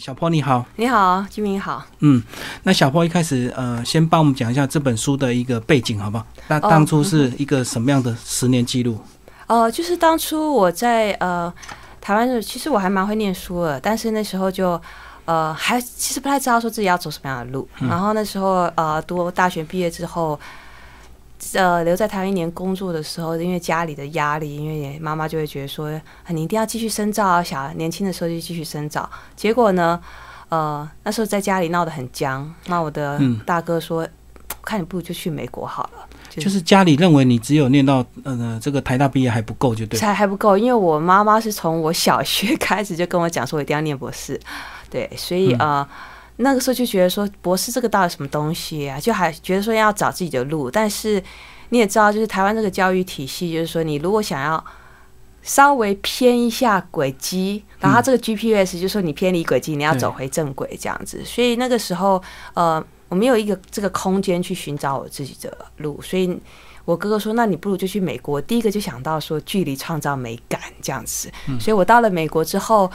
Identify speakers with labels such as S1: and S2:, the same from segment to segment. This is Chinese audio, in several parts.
S1: 小坡你好，
S2: 你好，居民好。
S1: 那小坡一开始呃，先帮我们讲一下这本书的一个背景好不好？那
S2: 哦
S1: 当初是一个什么样的十年记录？
S2: 呃，就是当初我在呃台湾的时候，其实我还蛮会念书的，但是那时候就呃还其实不太知道说自己要走什么样的路。然后那时候呃读大学毕业之后，呃留在台湾一年工作的时候，因为家里的压力，因为妈妈就会觉得说、啊你一定要继续深造啊，小孩年轻的时候就继续深造。结果呢，呃那时候在家里闹得很僵，那我的
S1: 嗯
S2: 大哥说，我看你不如就去美国好了。
S1: 就就是家里认为你只有念到呃这个台大毕业还不够，就对。
S2: 才还不够，因为我妈妈是从我小学开始就跟我讲说，我一定要念博士，对，所以、
S1: 嗯
S2: 呃，那个时候就觉得说，博士这个到底什么东西啊？就还觉得说要找自己的路，但是你也知道，就是台湾这个教育体系，就是说你如果想要稍微偏一下轨迹，然后它这个 GPS 就是说你偏离轨迹，你要
S1: 嗯对
S2: 走回正轨这样子，所以那个时候呃，我没有一个这个空间去寻找我自己的路，所以我哥哥说，那你不如就去美国。第一个就想到说距离创造美感这样子，
S1: 嗯
S2: 所以我到了美国之后，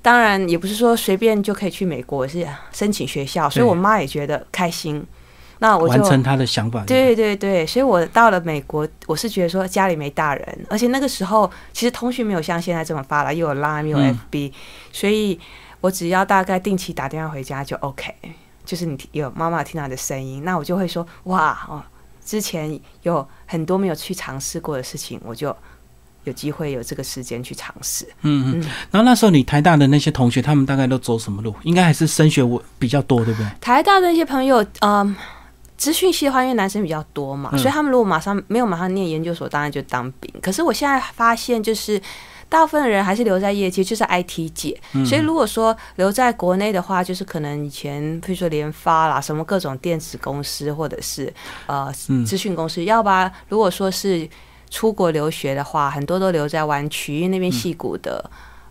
S2: 当然也不是说随便就可以去美国，是申请学校，所以我妈也觉得开心。那我
S1: 完
S2: 就
S1: 成他的想法。
S2: 对对对，所以我到了美国，我是觉得说家里没大人，而且那个时候其实通讯没有像现在这么发达，又有 Line 又有
S1: 嗯
S2: FB，、所以我只要大概定期打电话回家就 OK，就是你听有妈妈听到你的声音，那我就会说哇哦，之前有很多没有去尝试过的事情，我就有机会有这个时间去尝试。
S1: 嗯嗯
S2: 嗯。
S1: 然后那时候你台大的那些同学，他们大概都走什么路？应该还是升学我比较多，对不对？
S2: 台大的一些朋友，嗯，资讯系的话，因为男生比较多嘛，
S1: 嗯
S2: 所以他们如果马上没有马上念研究所，当然就当兵。可是我现在发现，就是大部分人还是留在业界，就是 IT 界。
S1: 嗯
S2: 所以如果说留在国内的话，就是可能以前，比如说联发啦，什么各种电子公司，或者是呃
S1: 嗯
S2: 资讯公司，要不然如果说是出国留学的话，很多都留在湾区，因为
S1: 嗯
S2: 那边戏谷的。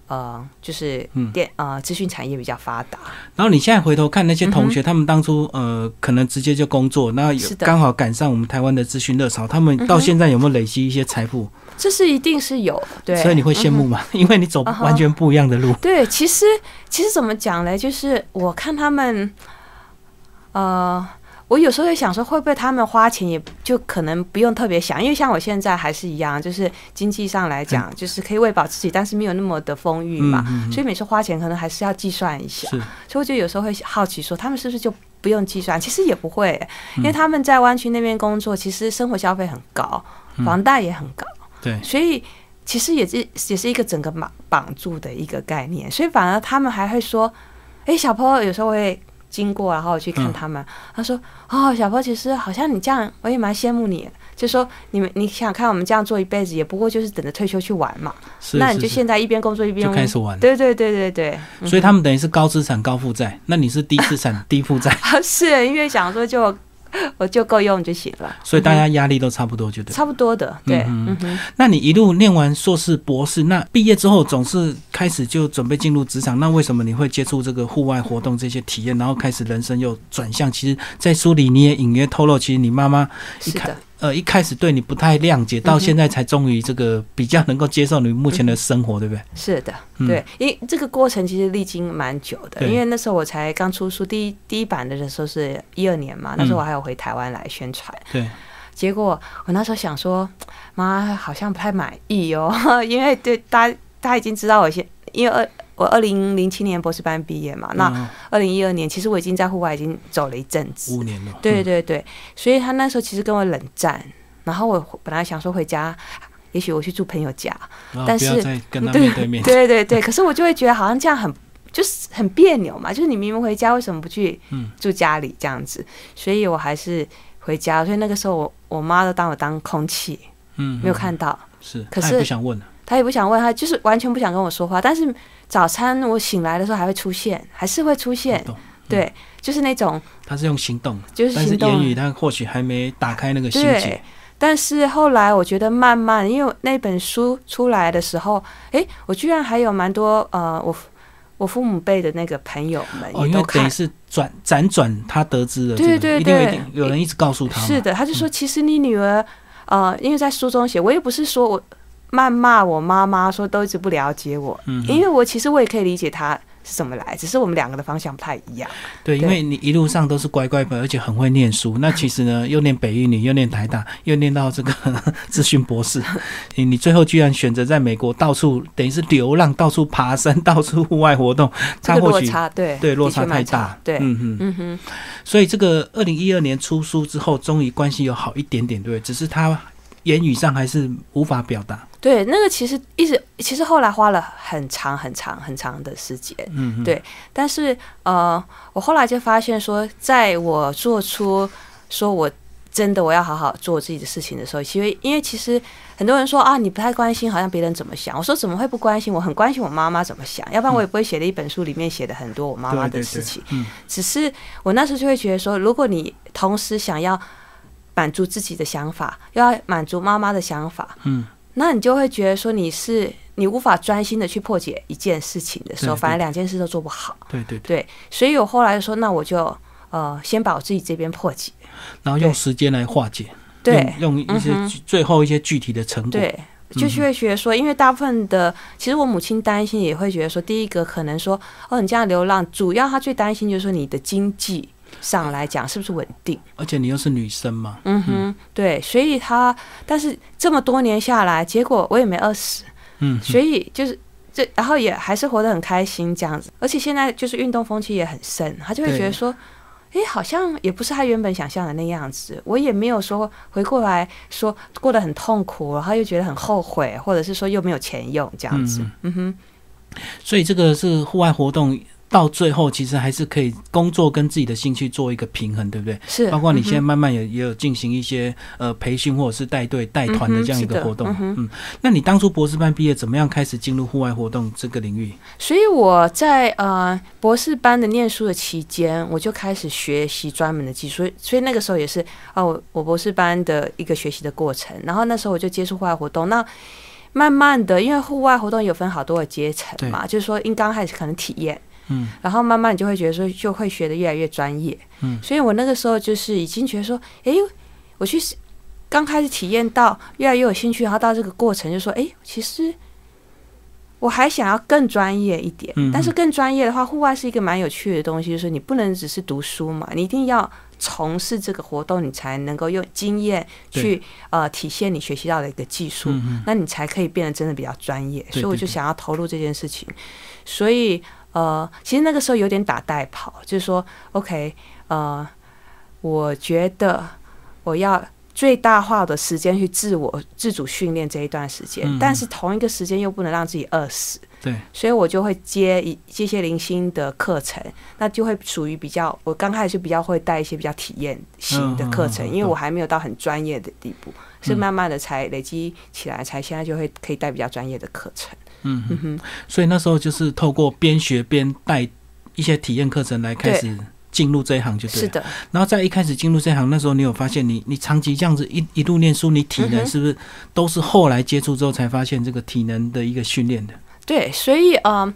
S2: 呃，就是电呃资讯产业比较发达，
S1: 然后你现在回头看那些同学，他们当初呃可能直接就工作，那有
S2: 嗯是的嗯
S1: 刚好赶上我们台湾的资讯热潮，他们到现在有没有累积一些财富？
S2: 这是一定是有对。
S1: 所以你会羡慕吗？ 因为你走
S2: 啊哈
S1: 完全不一样的路。
S2: 对，其实其实怎么讲嘞？就是我看他们，呃，我有时候会想说，会不会他们花钱也就可能不用特别想，因为像我现在还是一样，就是经济上来讲，就是可以喂饱自己，但是没有那么的丰裕嘛，
S1: 嗯嗯嗯嗯
S2: 所以每次花钱可能还是要啊计算一下。
S1: 是，
S2: 所以我就有时候会好奇说，他们是不是就不用计算？其实也不会，
S1: 嗯
S2: 因为他们在湾区那边工作，其实生活消费很高，
S1: 嗯
S2: 房贷也很高。
S1: 对。
S2: 所以其实也是也是一个整个绑绑住的一个概念，所以反而他们还会说，诶，小坡有时候会经过，然后我去
S1: 嗯
S2: 看他们，他说，哦，小坡其实好像你这样，我也蛮羡慕你的，就说你们你想看我们这样做一辈子，也不过就是等着退休去玩嘛，
S1: 是
S2: 那
S1: 是
S2: 你就是现在一边工作一边
S1: 就开始玩，
S2: 对对对对对，嗯
S1: 所以他们等于是高资产高负债，那你是低资产低负 债，
S2: 是因为想说就 我就够用就行了，
S1: 所以大家压力都差不多，就对。
S2: 差不多的，对，嗯哼。
S1: 那你一路念完硕士、博士，那毕业之后总是开始就准备进入职场，那为什么你会接触这个户外活动这些体验，然后开始人生又转向？其实，在书里你也隐约透露，其实你妈妈一
S2: 是
S1: 开
S2: 的，
S1: 呃一开始对你不太谅解，
S2: 嗯
S1: 到现在才终于这个比较能够接受你目前的生活，对不对？
S2: 是的，
S1: 嗯
S2: 对，因为这个过程其实历经蛮久的，
S1: 对
S2: 因为那时候我才刚出书，第一第一版的时候是一二年
S1: 嗯
S2: 嘛，那时候我还有回台湾来宣传，
S1: 对，
S2: 结果我那时候想说，妈好像不太满意哦， 因为对大家大家已经知道我现，因为二我二零零七年博士班毕业嘛，那
S1: 嗯
S2: 二零一二年其实我已经在户外已经走了一阵子，
S1: 五年了，
S2: 对
S1: 嗯，
S2: 对对，所以他那时候其实跟我冷战，然后我本来想说回家，也许我去住朋友家，
S1: 然后嗯啊
S2: 但
S1: 不要
S2: 是
S1: 再跟他面对面，
S2: 对对对，可是我就会觉得好像这样很就是很别扭嘛，就是你明明回家，为什么不去
S1: 嗯
S2: 住家里这样子？所以我还是回家，所以那个时候我我妈都当我当空气，
S1: 嗯，
S2: 没有
S1: 嗯
S2: 看到，
S1: 是，
S2: 可
S1: 他也
S2: 是
S1: 不想问了，啊
S2: 她也不想问，她就是完全不想跟我说话。但是早餐我醒来的时候还会出现，还是会出现，
S1: 哦懂
S2: 对，就是那种
S1: 他是用行动。
S2: 就是
S1: 但是
S2: 行动啊
S1: 言语他或许还没打开那个心结
S2: 对，，但是后来我觉得慢慢，因为那本书出来的时候，诶，我居然还有蛮多呃，我父我父母辈的那个朋友
S1: 哦，
S2: 们也
S1: 因
S2: 都
S1: 为
S2: 看。
S1: 等于是转辗转，他得知了这
S2: 对
S1: 个，
S2: 对
S1: 一定有一
S2: 对
S1: 定有人一直告诉他嘛，
S2: 是的，他就说，其实你女儿，呃，因为在书中写，我呃也不是说我谩骂我妈妈，说都一直不了解我，
S1: 嗯哼，
S2: 因为我其实我也可以理解她是怎么来，只是我们两个的方向不太一样。
S1: 对，因为你一路上都是乖乖本，而且很会念书。那其实呢， 又念北一女，又念台大，又念到这个 资讯博士，你你最后居然选择在美国到处等于是流浪，到处爬山，到处户外活动，
S2: 这
S1: 他
S2: 个
S1: 或
S2: 落
S1: 许
S2: 差对
S1: 对落
S2: 的确
S1: 差太
S2: 蛮
S1: 大，
S2: 对，
S1: 嗯嗯。
S2: 嗯哼，
S1: 所以这个二零一二年出书之后，终于关系有好一点点，对不对？只是他言语上还是无法表达。
S2: 对，那个其实一直其实后来花了很长很长很长的时间，
S1: 嗯，
S2: 对但是呃，我后来就发现说，在我做出说我真的我要好好做自己的事情的时候，其实因为其实很多人说啊，你不太关心好像别人怎么想。我说怎么会不关心？我很关心我妈妈怎么想，要不然我也不会写的一本书里面写的很多我妈妈
S1: 对对
S2: 的事情。
S1: 嗯
S2: 只是我那时候就会觉得说，如果你同时想要满足自己的想法，又要满足妈妈的想法，
S1: 嗯，
S2: 那你就会觉得说你是你无法专心的去破解一件事情的时候，
S1: 对对
S2: 反而两件事都做不好。
S1: 对对对，
S2: 对，所以我后来说，那我就呃先把我自己这边破解。
S1: 然后用时间来化解，
S2: 对
S1: 用用一些
S2: 嗯哼嗯
S1: 具最后一些具体的成果，
S2: 对，就是会觉得说，因为大部分的，其实我母亲担心也会觉得说，第一个可能说，哦，你这样流浪，主要她最担心就是说你的经济上来讲是不是稳定。
S1: 而且你又是女生嘛，
S2: 嗯哼，对，所以她，但是这么多年下来，结果我也没饿死，
S1: 嗯，
S2: 所以就是。这，然后也还是活得很开心这样子，而且现在就是运动风气也很盛，他就会
S1: 对
S2: 觉得说，诶，好像也不是他原本想象的那样子。我也没有说回过来说过得很痛苦，然后又觉得很后悔，或者是说又没有钱用这样子。嗯哼，
S1: 所以这个是户外活动。到最后，其实还是可以工作跟自己的兴趣做一个平衡，对不对？
S2: 是。
S1: 包括你现在
S2: 嗯哼
S1: 慢慢也也有进行一些呃培训或者是带队带团的这样一
S2: 嗯
S1: 个
S2: 哼
S1: 活动
S2: 是的嗯，
S1: 嗯，那你当初博士班毕业，怎么样开始进入户外活动这个领域？
S2: 所以我在呃博士班的念书的期间，我就开始学习专门的技术，所以那个时候也是哦，我我博士班的一个学习的过程。然后那时候我就接触户外活动，那慢慢的，因为户外活动有分好多的阶层嘛，就是说，因刚开始可能体验，
S1: 嗯，
S2: 然后慢慢你就会觉得说，就会学的越来越专业，
S1: 嗯，
S2: 所以我那个时候就是已经觉得说，诶，我去刚开始体验到越来越有兴趣，然后到这个过程就说，诶，其实我还想要更专业一点，
S1: 嗯
S2: 但是更专业的话，户外是一个蛮有趣的东西，就是你不能只是读书嘛，你一定要从事这个活动，你才能够用经验去呃体现你学习到的一个技术。
S1: 嗯嗯，
S2: 那你才可以变得真的比较专业。
S1: 对
S2: 所以我
S1: 对
S2: 就
S1: 对
S2: 想要投入这件事情，所以呃，其实那个时候有点打带跑，就是说，OK，呃，我觉得我要。最大化的时间去自我自主训练这一段时间，
S1: 嗯
S2: 但是同一个时间又不能让自己饿死，
S1: 对，
S2: 所以我就会接一接一些零星的课程，那就会属于比较我刚开始就比较会带一些比较体验型的课程，
S1: 嗯嗯嗯嗯
S2: 因为我还没有到很专业的地步，是
S1: 嗯
S2: 慢慢的才累积起来，才现在就会可以带比较专业的课程。
S1: 嗯嗯
S2: 嗯。哼，
S1: 所以那时候就是透过边学边带一些体验课程来开始进入这一行，就对
S2: 是
S1: 了。
S2: 的，
S1: 然后在一开始进入这一行，那时候你有发现你，你长期这样子一一路念书，你体
S2: 嗯
S1: 能
S2: 哼
S1: 是不是都是后来接触之后才发现这个体能的一个训练的？
S2: 对，所以嗯，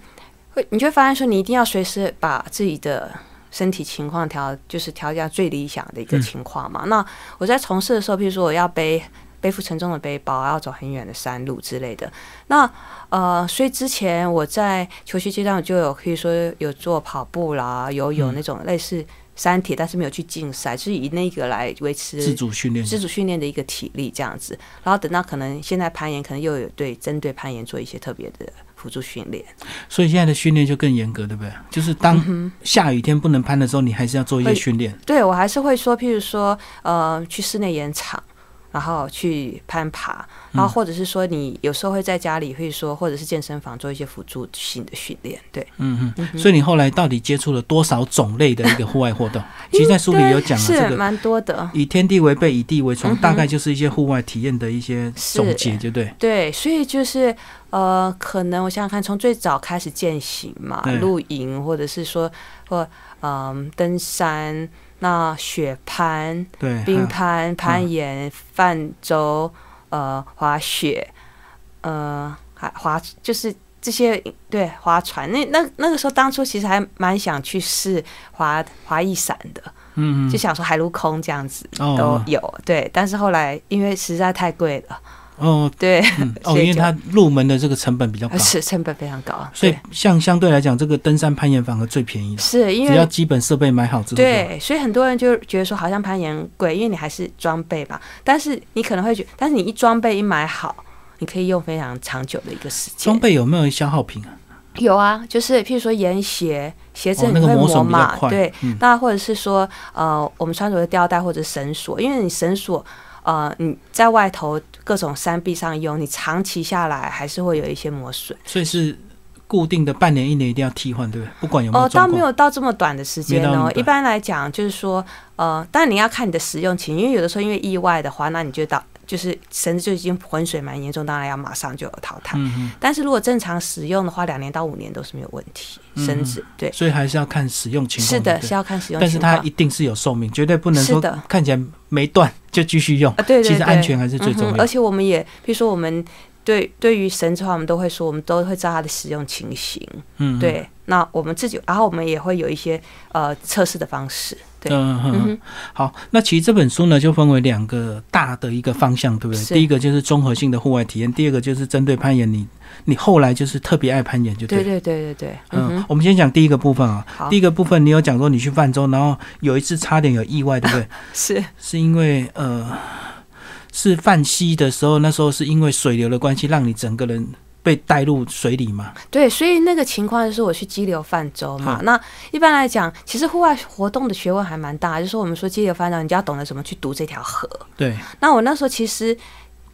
S2: 会你就会发现说，你一定要随时把自己的身体情况调，就是调到最理想的一个
S1: 嗯
S2: 情况嘛。那我在从事的时候，譬如说我要背背负沉重的背包，要走很远的山路之类的。那呃，所以之前我在求学阶段，我就有譬如说有做跑步啦、游泳
S1: 嗯
S2: 那种类似山铁，但是没有去竞赛，就是以那个来维持
S1: 自主训练，
S2: 自主训练的一个体力这样子，然后等到可能现在攀岩，可能又有对针对攀岩做一些特别的辅助训练，
S1: 所以现在的训练就更严格，对不对？就是当下雨天不能攀的时候，你还是要做一些
S2: 嗯会
S1: 训练。
S2: 对我还是会说，譬如说，呃，去室内岩场，然后去攀爬，然后或者是说，你有时候会在家里会说，或者是健身房做一些辅助性的训练。对，
S1: 嗯嗯。所以你后来到底接触了多少种类的一个户外活动？其实，在书里有讲了这
S2: 是
S1: 个
S2: 蛮多的。
S1: 以天地为被，以地为床，
S2: 嗯哼
S1: 大概就是一些户外体验的一些总结，
S2: 是
S1: 对不对？
S2: 对，所以就是呃，可能我想想看，从最早开始践行嘛
S1: 对，
S2: 露营，或者是说或嗯、登山，那雪攀。
S1: 对，还有
S2: 冰攀、
S1: 嗯
S2: 攀岩、泛舟、呃滑雪，呃还划就是这些对划船。那那那个时候当初其实还蛮想去试划划翼伞的，
S1: 嗯，嗯
S2: 就想说海陆空这样子
S1: 哦
S2: 都有、对，但是后来因为实在太贵了，
S1: 哦哦，
S2: 对，
S1: 嗯，哦，
S2: 所
S1: 因
S2: 以
S1: 为
S2: 就
S1: 它入门的这个成本比较高
S2: 而，且 成本非常高，
S1: 所以
S2: 啊对
S1: 像相对来讲，这个登山攀岩反而最便宜了，
S2: 是因
S1: 只要
S2: 为。
S1: 基本设备买好之后就好，
S2: 对，所以很多人就觉得说好像攀岩贵，因为你还是装备嘛。但是你可能会觉但是你一装备一买好，你可以用非常长久的一个时间
S1: 装。备有没有消耗品啊？
S2: 有啊，就是譬如说岩鞋，鞋子
S1: 哦
S2: 你
S1: 那个
S2: 会
S1: 磨损
S2: 磨
S1: 比较
S2: 嘛，
S1: 快
S2: 对。
S1: 嗯
S2: 那或者是说，呃，我们穿着的吊带或者绳索，因为你绳索，呃，你在外头各种山壁上用，你长期下来还是会有一些磨损。
S1: 所以是固定的半年一年一定要替换，对不对？不管有没
S2: 哦、
S1: 有
S2: 倒
S1: 状
S2: 没
S1: 况，
S2: 有到这么短的时间
S1: 没到那么
S2: 哦。
S1: 短
S2: 一般来讲，就是说，呃，当然你要看你的使用情，因为有的时候因为意外的话，那你就到就是绳子就已经浑水蛮严重，当然要马上就有淘汰。
S1: 嗯嗯，
S2: 但是如果正常使用的话，两年到五年都是没有问题。
S1: 嗯
S2: 绳子、对，
S1: 所以还是要看使用情况。
S2: 是
S1: 对
S2: 的，
S1: 不对
S2: 是要看使用
S1: 但是
S2: 情况。
S1: 它一定是有寿命，绝对不能说
S2: 是的
S1: 看起来没断就继续用。
S2: 啊，对对对，
S1: 其实安全还是最重要
S2: 嗯哼而且我们也，比如说我们对对于绳子的话，我们都会说，我们都会知道它的使用情形。
S1: 嗯，嗯，
S2: 对，那我们自己，然后我们也会有一些呃测试的方式。对
S1: 嗯嗯
S2: 嗯
S1: 嗯
S2: 哼，
S1: 好，那其实这本书呢就分为两个大的一个方向，对不对？
S2: 是
S1: 第一个就是综合性的户外体验，第二个就是针对攀岩，你你后来就是特别爱攀岩，就
S2: 对
S1: 了。
S2: 对对对对，
S1: 嗯
S2: 嗯，哼，
S1: 我们先讲第一个部分啊。
S2: 好
S1: 第，一个部分，你有讲说你去泛舟，然后有一次差点有意外，对不对？
S2: 是
S1: 是因为呃，是泛溪的时候，那时候是因为水流的关系，让你整个人被带入水里嘛。
S2: 对，所以那个情况就是我去激流泛舟嘛。
S1: 好
S2: 那一般来讲，其实户外活动的学问还蛮大，就是我们说激流泛舟，你就要懂得怎么去读这条河。
S1: 对，
S2: 那我那时候其实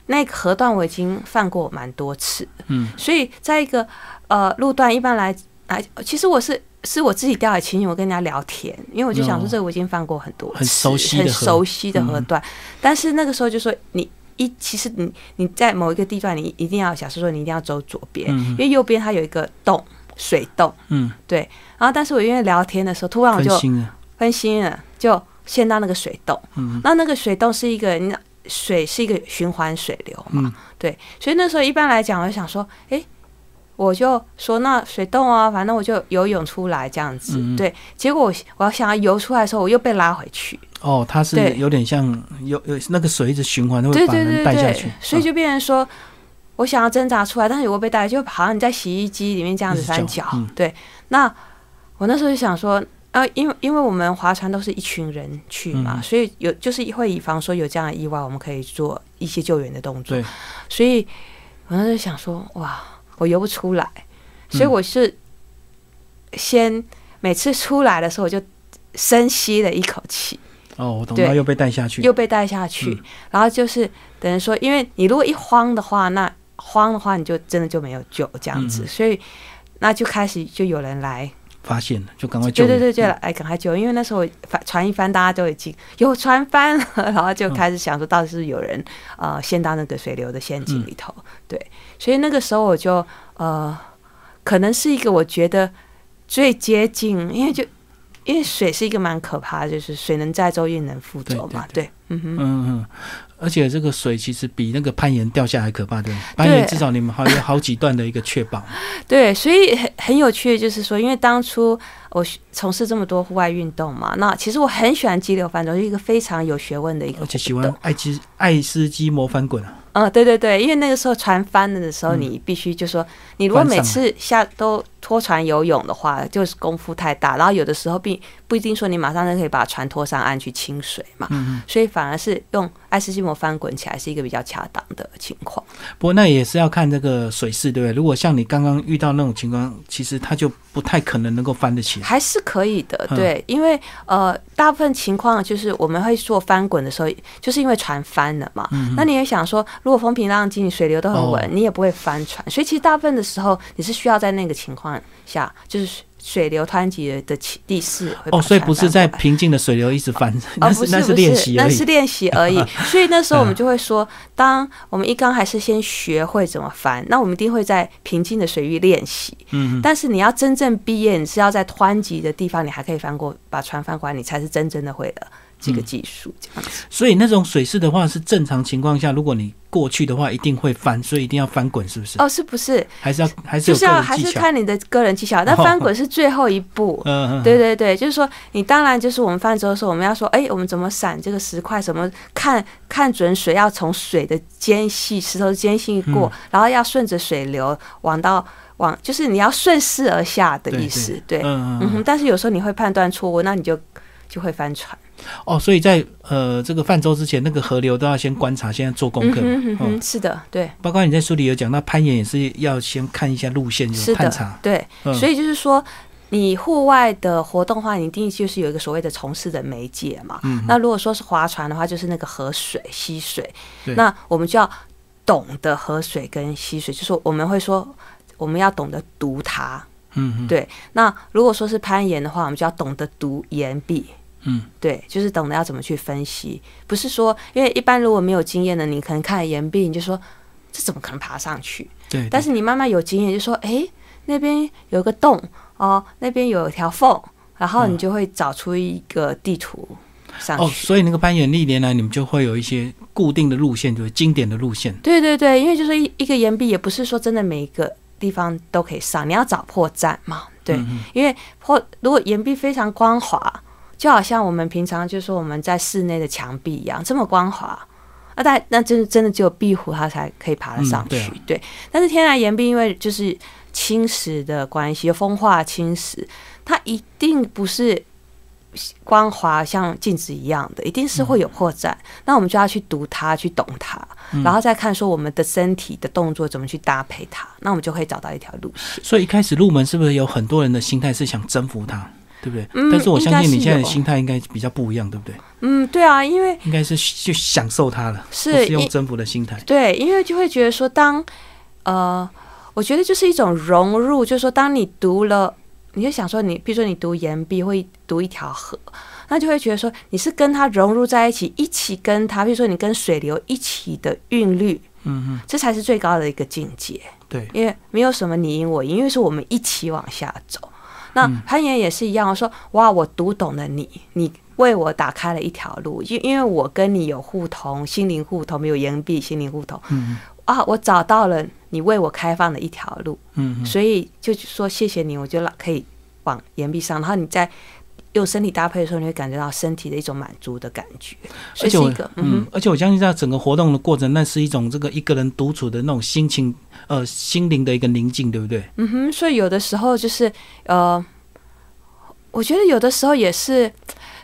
S2: 那个河段我已经泛过蛮多次，
S1: 嗯，
S2: 所以在一个呃路段，一般来来，其实我是是我自己掉海情景，我跟人家聊天，因为我就想
S1: 哦
S2: 说这个我已经翻过很多次，
S1: 很熟悉的
S2: 很
S1: 河
S2: 熟悉的河
S1: 嗯
S2: 段，但是那个时候就说你。一其实你你在某一个地段，你一定要假设说你一定要走左边，
S1: 嗯
S2: 因为右边它有一个洞水洞。
S1: 嗯，
S2: 然后，但是我因为聊天的时候，突然我
S1: 分
S2: 就
S1: 心了。
S2: 分心了，就陷到那个水洞。
S1: 嗯
S2: 那那个水洞是一个你知道水是一个循环水流嘛，
S1: 嗯
S2: 对，所以那时候一般来讲，我就想说，诶，我就说那水洞啊，反正我就游泳出来这样子，
S1: 嗯嗯
S2: 对。结果我我要想要游出来的时候，我又被拉回去，
S1: 哦，它是
S2: 对
S1: 有点像有有那个水一直循环，会
S2: 对
S1: 把
S2: 对
S1: 人
S2: 对
S1: 带下
S2: 对
S1: 去，。
S2: 所以
S1: 嗯
S2: 就变成说。我想要挣扎出来，但是我被带，就好像你在洗衣机里面这样子
S1: 一直搅
S2: 翻搅。
S1: 嗯
S2: 对，那我那时候就想说，啊，因为因为我们划船都是一群人去嘛，
S1: 嗯
S2: 所以有就是会以防说有这样的意外，我们可以做一些救援的动作
S1: 对。
S2: 所以我那时候想说，哇，我游不出来，所以
S1: 嗯
S2: 我是先每次出来的时候，我就深吸了一口气，
S1: 哦，我懂，
S2: 对
S1: 然后又被带下去。
S2: 又被带下去，
S1: 嗯
S2: 然后就是等于说，因为你如果一慌的话，那慌的话你就真的就没有救这样子，
S1: 嗯
S2: 所以那就开始就有人来，
S1: 发现了，就赶嗯快救
S2: 对
S1: 援。
S2: 对对，就来赶快救，因为那时候帆船一翻，大家都已经有船翻 了，然后就开始想说到底是有人呃陷到那个水流的陷阱里
S1: 嗯
S2: 头，对，所以那个时候我就呃可能是一个我觉得最接近，因为就。因为水是一个蛮可怕的，就是水能载舟，亦能覆舟嘛。
S1: 对
S2: 对，嗯哼。
S1: 嗯嗯，而且这个水其实比那个攀岩掉下还可怕，对吗？攀岩至少你们还有好几段的一个确保。
S2: 对，所以很很有趣，的就是说，因为当初我学从事这么多户外运动嘛，那其实我很喜欢激流泛舟，是一个非常有学问的一
S1: 而
S2: 个活
S1: 哦且喜
S2: 动
S1: 欢。爱基爱斯基摩翻滚啊，
S2: 嗯，对对对，因为那个时候船翻了的时候，
S1: 嗯
S2: 你必须就说，你如果
S1: 翻上
S2: 每次下都拖船游泳的话，就是功夫太大，然后有的时候并不一定说你马上就可以把船拖上岸去清水嘛，
S1: 嗯
S2: 所以反而是用爱斯基摩翻滚起来是一个比较恰当的情况。
S1: 嗯，不过那也是要看这个水势，对不对？如果像你刚刚遇到那种情况，其实它就不太可能能够翻得起来。
S2: 还是可以的，
S1: 嗯
S2: 对，因为呃，大部分情况就是我们会做翻滚的时候，就是因为船翻了嘛。
S1: 嗯
S2: 那你也想说，如果风平浪静，水流都很稳，
S1: 哦
S2: 你也不会翻船。所以其实大部分的时候，你是需要在那个情况下，就是水流湍急的起地势会把
S1: 哦，所以不是在
S2: 船翻过来
S1: 平静的水流一直翻，
S2: 哦，
S1: 那
S2: 不
S1: 那
S2: 不是，
S1: 练习而
S2: 那
S1: 已
S2: 是。练习 而已。所以那时候我们就会说，当我们一刚还是先学会怎么翻，那我们一定会在平静的水域练习。
S1: 嗯，嗯
S2: 但是你要真正毕业，你是要在湍急的地方，你还可以翻过把船翻过来，你才是真正的会了这个技术这样子。
S1: 所以那种水势的话，是正常情况下，如果你过去的话，一定会翻，所以一定要翻滚，是不是？
S2: 哦，是不是？
S1: 还是要还是
S2: 就
S1: 有
S2: 是
S1: 个
S2: 要
S1: 人
S2: 还
S1: 技
S2: 是
S1: 巧？
S2: 看你的个人技巧，但翻 滚是最后一步。
S1: 嗯嗯，
S2: 对对对，就是说，你当然就是我们泛舟的时候，我们要说，哎，我们怎么闪这个石块，怎么看看准水，要从水的间隙、石头的间隙过，然后要顺着水流往到往，就是你要顺势而下的
S1: 对
S2: 意思。对，
S1: 嗯
S2: 嗯
S1: 嗯
S2: 哼。但是有时候你会判断错误，那你就就会翻船。
S1: 哦，所以在呃这个泛舟之前，那个河流都要先观察，先要做功课嘛。
S2: 嗯哼嗯
S1: 哦
S2: 哼，是的，对，
S1: 包括你在书里有讲到攀岩也是要先看一下路线，
S2: 是
S1: 有
S2: 的
S1: 探查，，
S2: 对。
S1: 嗯
S2: 所以就是说，你户外的活动的话，你一定就是有一个所谓的从事的媒介嘛。
S1: 嗯
S2: 那如果说是划船的话，就是那个河水、溪水
S1: 对。
S2: 那我们就要懂得河水跟溪水，就是我们会说。我们要懂得读它。
S1: 嗯嗯，
S2: 对那如果说是攀岩的话，我们就要懂得读岩壁。
S1: 嗯，
S2: 对，就是懂得要怎么去分析，不是说因为一般如果没有经验的，你可能看岩壁你就说这怎么可能爬上去？
S1: 对，对
S2: 但是你慢慢有经验，就说，哎、那边有个洞哦，那边有一条缝，然后你就会找出一个地图上
S1: 嗯哦，
S2: 去。
S1: 所以那个攀岩历年来你们就会有一些固定的路线，就是经典的路线。
S2: 对对对，因为就是一一个岩壁，也不是说真的每一个地方都可以上，你要找破绽嘛。对，
S1: 嗯
S2: 因为破如果岩壁非常光滑，就好像我们平常就说我们在室内的墙壁一样，这么光滑。那但那就是真的只有壁虎它才可以爬得上去，
S1: 嗯
S2: 对。啊但是天然岩壁因为就是侵蚀的关系，风化侵蚀，它一定不是光滑像镜子一样的，一定是会有破绽。那我们就要去读它，去懂它，然后再看说我们的身体的动作怎么去搭配它，那我们就可以找到一条路线。
S1: 所以一开始入门是不是有很多人的心态是想征服它，对不对？
S2: 嗯
S1: 但是我相信你
S2: 应该是
S1: 现在的
S2: 有
S1: 心态应该比较不一样，对不对？
S2: 嗯，对啊，因为
S1: 应该是去享受它了，
S2: 是
S1: 不是用
S2: 一
S1: 征服的心态。
S2: 对，因为就会觉得说当，呃，我觉得就是一种融入，就是说，当你读了，你就想说你，比如说你读岩壁，会读一条河，那就会觉得说你是跟它融入在一起，一起跟它，比如说你跟水流一起的韵律，
S1: 嗯嗯，
S2: 这才是最高的一个境界。
S1: 对，
S2: 因为没有什么你赢我赢，因为是我们一起往下走。那攀岩也是一样，我说哇，我读懂了你，你为我打开了一条路，因因为我跟你有互通，心灵互通，没有岩壁，心灵互通
S1: 嗯
S2: 啊，我找到了你为我开放的一条路，
S1: 嗯嗯
S2: 所以就说谢谢你，我就让可以往岩壁上，然后你在用身体搭配的时候，你会感觉到身体的一种满足的感觉，所
S1: 而且
S2: 以是
S1: 我
S2: 一个嗯
S1: 嗯
S2: 哼，
S1: 而且我相信在整个活动的过程，那是一种这个一个人独处的那种心情，呃，心灵的一个宁静，对不对？
S2: 嗯哼，所以有的时候就是呃，我觉得有的时候也是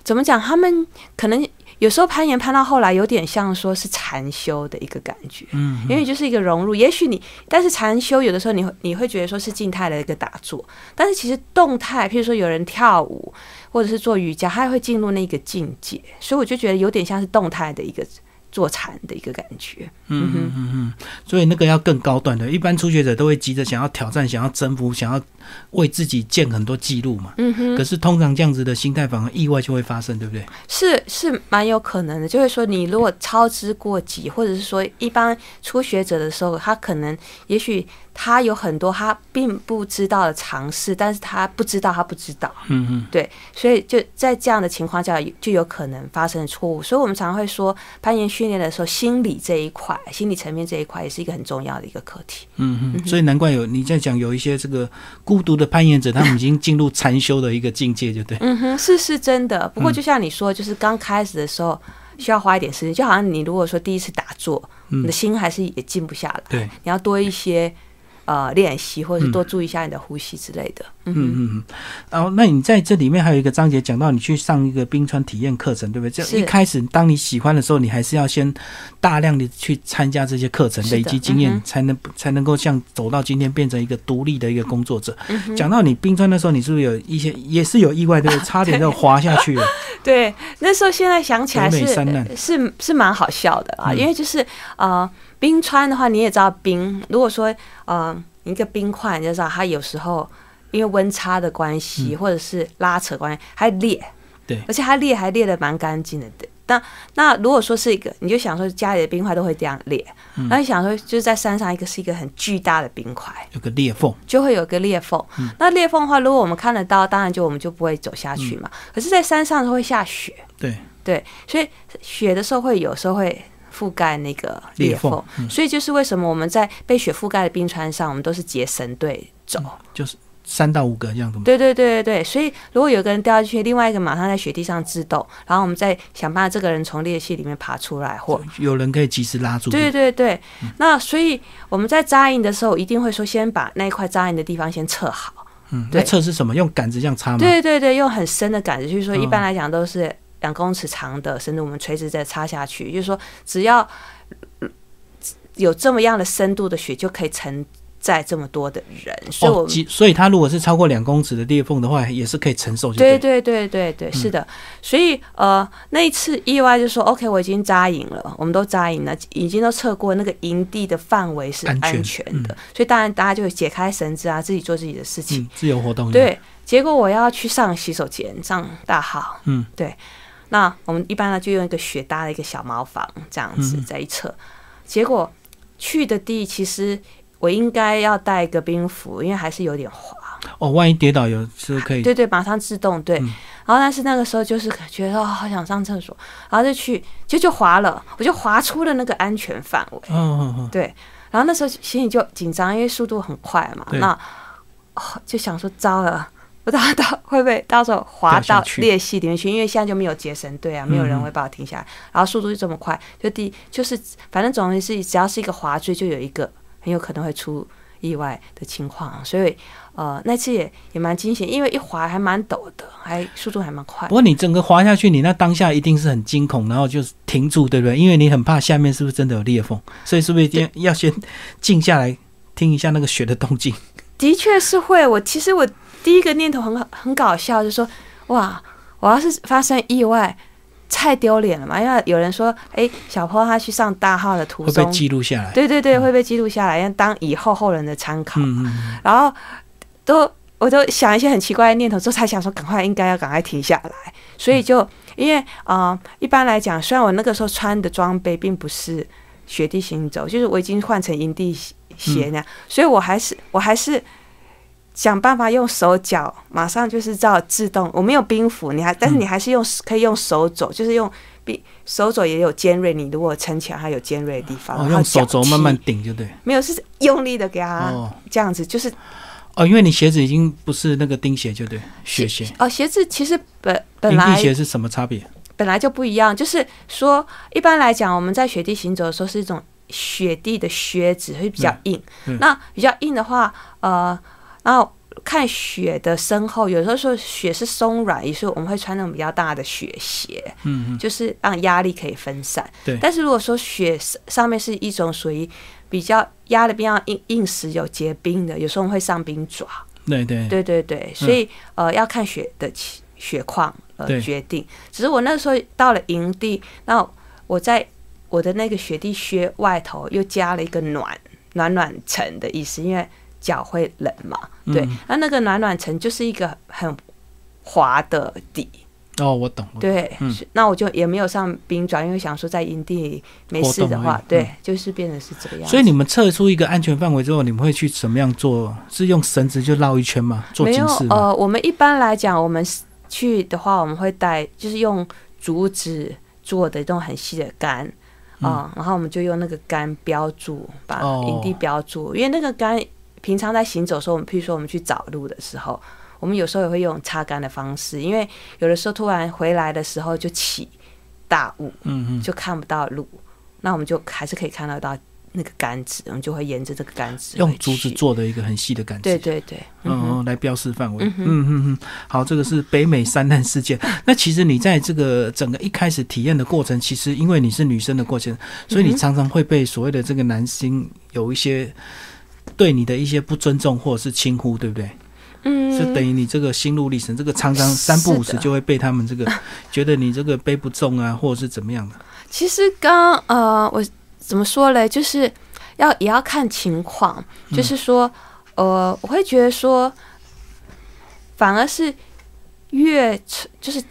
S2: 怎么讲，他们可能有时候攀岩攀到后来有点像说是禅修的一个感觉，
S1: 嗯，
S2: 因为就是一个融入。也许你，但是禅修有的时候你会你会觉得说是静态的一个打坐，但是其实动态，譬如说有人跳舞或者是做瑜伽，他会进入那个境界，所以我就觉得有点像是动态的一个坐禅的一个感觉。嗯哼。
S1: 所以那个要更高段的，一般初学者都会急着想要挑战、想要征服、想要为自己建很多记录嘛。
S2: 嗯哼
S1: 可是通常这样子的心态，反而意外就会发生，对不对？
S2: 是是蛮有可能的，就是说你如果操之过急，或者是说一般初学者的时候，他可能也许他有很多他并不知道的尝试，但是他不知道他不知道，
S1: 嗯嗯，
S2: 对，所以就在这样的情况下，就有可能发生错误。所以我们常会说，攀岩训练的时候，心理这一块、心理层面这一块也是一个很重要的一个课题。
S1: 嗯嗯，所以难怪有你在讲有一些这个孤独的攀岩者，他们已经进入禅修的一个境界，就对。
S2: 嗯哼，嗯是是真的。不过就像你说，就是刚开始的时候需要花一点时间，就好像你如果说第一次打坐，你的心还是也静不下来，
S1: 对，
S2: 你要多一些呃练习，或者是多注意一下你的呼吸之类的。嗯哼，
S1: 嗯嗯，然后那你在这里面还有一个章节讲到你去上一个冰川体验课程，对不对？这
S2: 是
S1: 一开始当你喜欢的时候，你还是要先大量的去参加这些课程，
S2: 是的
S1: 累积经验，
S2: 嗯哼
S1: 才能才能够像走到今天变成一个独立的一个工作者。
S2: 嗯
S1: 讲到你冰川的时候，你是不是有一些也是有意外，对不 对？差点就滑下去了。
S2: 对，那时候现在想起来
S1: 北
S2: 是呃
S1: 美山难嗯
S2: 是是蛮好笑的啊，因为就是呃冰川的话，你也知道冰，如果说呃一个冰块，你就知道它有时候。因为温差的关系，或者是拉扯关系，还裂，
S1: 嗯对，
S2: 而且它裂还裂的蛮干净的。那那如果说是一个，你就想说家里的冰块都会这样裂，
S1: 嗯
S2: 那、你想说就是在山上一个是一个很巨大的冰块，
S1: 有个裂缝，
S2: 就会有个裂缝。
S1: 嗯
S2: 那裂
S1: 嗯
S2: 缝的话，如果我们看得到，当然就我们就不会走下去嘛。可是，在山上会下雪，
S1: 对，
S2: 对，所以雪的时候会有时候会覆盖那个
S1: 裂
S2: 裂
S1: 缝
S2: 缝，所以就是为什么我们在被雪覆盖的冰川上，我们都是结绳队走。
S1: 就是三到五个这样子嘛。
S2: 对对对对对，所以如果有个人掉下去，另外一个马上在雪地上自斗，然后我们再想办法这个人从裂隙里面爬出来，或
S1: 有人可以及时拉住。
S2: 对对对，那所以我们在扎营的时候，一定会说先把那一块扎营的地方先测好。
S1: 嗯，
S2: 对
S1: 那测是什么？用杆子这样插吗？哦
S2: 对对对，用很深的杆子，就是说一般
S1: 嗯
S2: 来讲都是两公尺长的，甚至我们垂直再插下去，就是说只要有这么样的深度的雪，就可以承载这么多的人，所以我
S1: 哦，
S2: 们
S1: 及所以它如果是超过两公尺的裂缝的话，也是可嗯以承受就
S2: 对
S1: 对。
S2: 对对对对，是的。所以呃，那一次意外就说，OK，我已经扎营了，我们都扎营了，已经都测过那个营地的范围是
S1: 安全
S2: 安全的，所以当然大家就解开绳子啊，自己做自己的事情。
S1: 嗯，自由活动。，
S2: 对，结果我要去上洗手间，上大号。
S1: 嗯，
S2: 对。那我们一般呢就用一个雪搭的一个小茅房这样子
S1: 嗯
S2: 在一侧，结果去的地其实我应该要带一个冰服，因为还是有点滑。
S1: 哦，万一跌倒有是可以。
S2: 对对，马上自动对。
S1: 哎嗯
S2: 然后但是那个时候就是觉得哦，好想上厕所，然后就去，就就滑了，我就滑出了那个安全范围。
S1: 嗯嗯嗯，
S2: 对，然后那时候心里就紧张，因为速度很快嘛，
S1: 对
S2: 那、哦、就想说糟了。我到 到会不会到时候滑
S1: 掉下
S2: 到
S1: 去
S2: 裂隙里面去？因为现在就没有结绳队啊，没有人
S1: 嗯
S2: 会把我停下来。然后速度就这么快，就第就是反正总而言之，只要是一个滑坠，就有一个很有可能会出意外的情况。啊所以呃，那次也也蛮惊险，因为一滑还蛮陡的，还速度还蛮快
S1: 不。过你整个滑下去，你那当下一定是很惊恐，然后就是停住，对不对？因为你很怕下面是不是真的有裂缝，所以是不是一定要先静下来听一下那个雪的动静？
S2: 的确是会。我其实我第一个念头很好很搞笑，就是说，哇，我要是发生意外，太丢脸了嘛。因为有人说，哎、小坡他去上大号的途
S1: 会被
S2: 中，
S1: 记录下来。
S2: 对对对，会被记录下来，要当以后后人的参考。
S1: 嗯，嗯嗯，
S2: 然后都我都想一些很奇怪的念头，之后才想说，赶快应该要赶快停下来。所以就因为啊、呃一般来讲，虽然我那个时候穿的装备并不是雪地行走，就是我已经换成营地鞋鞋那样，所以我还是我还是。想办法用手脚，马上就是照自动。我没有冰斧，你
S1: 嗯
S2: 还但是你还是用可以用手肘，就是用冰手肘也有尖锐。你如果撑起来，它有尖锐的地方，
S1: 哦，
S2: 然后
S1: 用手
S2: 脚啊
S1: 肘
S2: 踢
S1: 慢慢顶就对。
S2: 没有是用力的给它、
S1: 哦
S2: 这样子，就是
S1: 哦，因为你鞋子已经不是那个钉鞋，就对，雪鞋。
S2: 哦，鞋子其实本本
S1: 平地
S2: 来
S1: 鞋是什么差别？
S2: 本来就不一样，就是说，一般来讲，我们在雪地行走的时候是一种雪地的靴子，会比较硬。
S1: 嗯嗯
S2: 那比较硬的话，呃，然后看雪的身后，有时候雪是松软，也是我们会穿那种比较大的雪鞋。
S1: 嗯嗯，
S2: 就是让压力可以分散。
S1: 对
S2: 但是如果说雪上面是一种属于比较压的比较硬硬石有结冰的，有时候我们会上冰爪。
S1: 对对
S2: 对对对，
S1: 嗯
S2: 所以、呃要看雪的气雪况
S1: 对
S2: 呃决定。只是我那时候到了营地，那我在我的那个雪地靴外头又加了一个暖暖暖层的意思，因为脚会冷嘛。对
S1: 嗯，
S2: 那、那个暖暖层就是一个很滑的底。
S1: 哦，我懂。我懂
S2: 对，
S1: 嗯
S2: 是那我就也没有上冰爪，因为想说在营地没事的
S1: 活动而已
S2: 话
S1: 嗯，
S2: 对，就是变成是这个样子。
S1: 所以你们测出一个安全范围之后，你们会去怎么样做？是用绳子就绕一圈吗？做
S2: 没
S1: 警
S2: 有
S1: 示吗？
S2: 呃，我们一般来讲，我们是去的话，我们会带就是用竹子做的这种很细的杆。啊、然后我们就用那个杆标注，把
S1: 嗯哦
S2: 营地标注，因为那个杆平常在行走的时候，我们譬如说我们去找路的时候，我们有时候也会用擦杆的方式，因为有的时候突然回来的时候就起大雾，
S1: 嗯嗯。
S2: 就看不到路，那我们就还是可以看得到那个杆子，我们就会沿着这个杆子
S1: 用
S2: 回
S1: 竹子
S2: 去，
S1: 做的一个很细的杆子，
S2: 对对对，嗯哼
S1: 嗯，嗯，来标示范围。嗯嗯嗯，好，这个是北美三难事件。那其实你在这个整个一开始体验的过程，其实因为你是女生的过
S2: 嗯
S1: 程，所以你常常会被所谓的这个男星有一些对你的一些不尊重或者是轻忽，对不对？
S2: 嗯，
S1: 是等于你这个心路历程，这个常常三不五
S2: 是
S1: 时
S2: 的
S1: 就会被他们这个觉得你这个背不重啊，或者是怎么样的。
S2: 其实刚呃，我怎么说嘞？就是要也要看情况，就是说，呃，我会觉得说，反而是越就是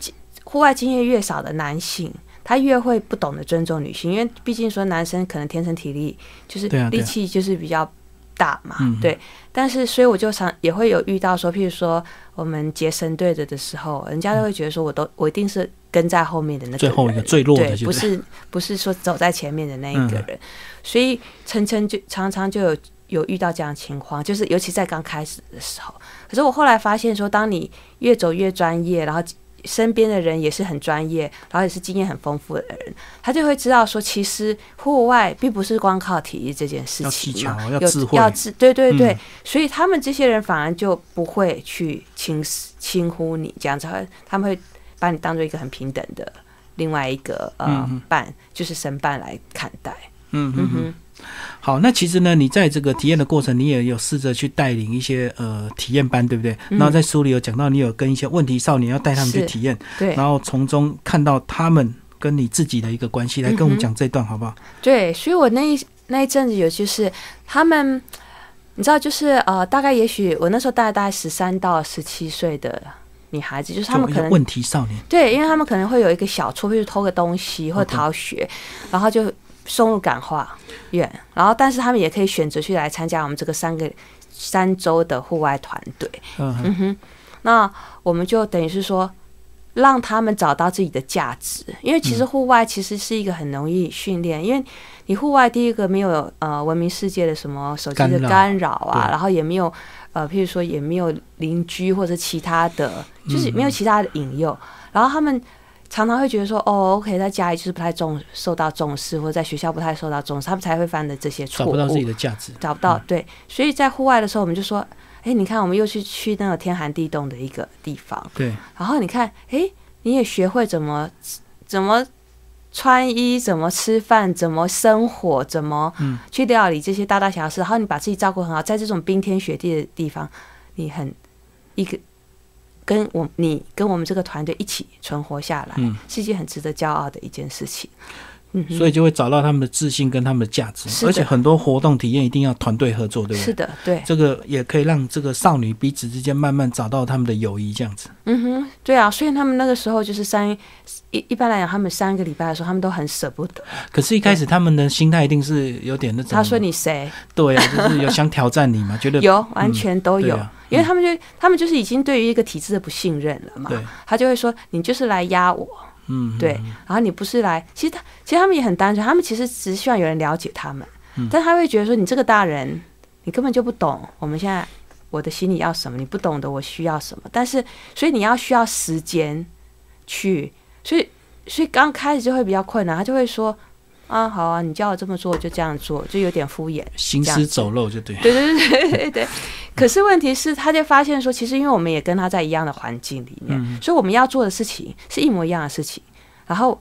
S2: 户外经验越少的男性。他越会不懂得尊重女性，因为毕竟说男生可能天生体力就是
S1: 对啊对啊
S2: 力气就是比较大嘛，
S1: 嗯
S2: 对。但是所以我就常也会有遇到说，譬如说我们结神队的的时候，人家都会觉得说我都我一定是跟在后面的那个
S1: 最后一个
S2: 人
S1: 最弱的
S2: 对，
S1: 就嗯
S2: 不是不是说走在前面的那一个人，所以晨晨就常常就有有遇到这样的情况，就是尤其在刚开始的时候。可是我后来发现说，当你越走越专业，然后身边的人也是很专业，然后也是经验很丰富的人，他就会知道说，其实户外并不是光靠体力这件事
S1: 要技
S2: 情
S1: 巧
S2: 嘛，，
S1: 要
S2: 有
S1: 智慧，
S2: 要智，对对对，
S1: 嗯
S2: 所以他们这些人反而就不会去轻视轻忽你这样子，他们会把你当做一个很平等的另外一个呃、
S1: 嗯嗯
S2: 伴，就是神伴来看待。
S1: 嗯嗯
S2: 嗯
S1: 嗯。
S2: 哼，
S1: 好，那其实呢，你在这个体验的过程，你也有试着去带领一些呃体验班，对不对？
S2: 嗯
S1: 然后在书里有讲到，你有跟一些问题少年要带他们去
S2: 是
S1: 体验，
S2: 对
S1: 然后从中看到他们跟你自己的一个关系，来
S2: 嗯
S1: 跟我们讲这段好不好？
S2: 对，所以我那一那一阵子有就是他们，你知道，就是呃，大概也许我那时候大概大概十三到十七岁的女孩子，就是他
S1: 就
S2: 们
S1: 一
S2: 可
S1: 些
S2: 能
S1: 问题少年，
S2: 对，因为他们可能会有一个小错，譬如偷个东西或
S1: OK
S2: 逃学然后就送入感化院，然后但是他们也可以选择去来参加我们这个三个三周的户外团队。
S1: 嗯哼
S2: 嗯哼，那我们就等于是说，让他们找到自己的价值，因为其实户外其实是一个很容易训练，因为你户外第一个没有呃文明世界的什么手机
S1: 干
S2: 的
S1: 扰
S2: 干扰啊，
S1: 对
S2: 然后也没有呃，譬如说也没有邻居或者其他的，就是没有
S1: 嗯
S2: 其他的引诱，然后他们。常常会觉得说，哦，OK，在家里就是不太重受到重视，或者在学校不太受到重视，他们才会犯的这些错
S1: 找
S2: 误。
S1: 不到自己的价值，
S2: 找不到，对，所以在户外的时候，我们就说，哎，你看，我们又去去那个天寒地冻的一个地方，
S1: 对，
S2: 然后你看，哎，你也学会怎么怎么穿衣，怎么吃饭，怎么生火，怎么
S1: 嗯
S2: 去料理这些大大小小事，然后你把自己照顾很好，在这种冰天雪地的地方，你很一个跟我你跟我们这个团队一起存活下来，
S1: 嗯，
S2: 是一件很值得骄傲的一件事情。嗯哼，
S1: 所以就会找到他们的自信跟他们的价
S2: 是
S1: 值，
S2: 的
S1: 而且很多活动体验一定要团队合作，对不
S2: 是
S1: 对？
S2: 的，对。
S1: 这个也可以让这个少女彼此之间慢慢找到他们的友谊，这样子。
S2: 嗯哼，对啊，所以他们那个时候就是三一一般来讲，他们三个礼拜的时候，他们都很舍不得。
S1: 可是，一开始他们的心态一定是有点那种，
S2: 他说你谁
S1: 对啊，就是有想挑战 你嘛，觉得
S2: 有，完全都
S1: 对
S2: 有，
S1: 啊
S2: 因为他们就他们就是已经对于一个体制的不信任了嘛，
S1: 对，
S2: 他就会说你就是来压我，
S1: 嗯，
S2: 对，然后你不是来，其实他其实他们也很单纯，他们其实只是希望有人了解他们，
S1: 嗯
S2: 但他会觉得说你这个大人，你根本就不懂我们现在我的心里要什么，你不懂得我需要什么，但是所以你要需要时间去，所以所以刚开始就会比较困难，他就会说啊好啊，你叫我这么做我就这样做，就有点敷衍。
S1: 行
S2: 这样
S1: 尸走肉就对，
S2: 对对对对对对。可是问题是，他就发现说，其实因为我们也跟他在一样的环境里面，
S1: 嗯
S2: 所以我们要做的事情是一模一样的事情，然后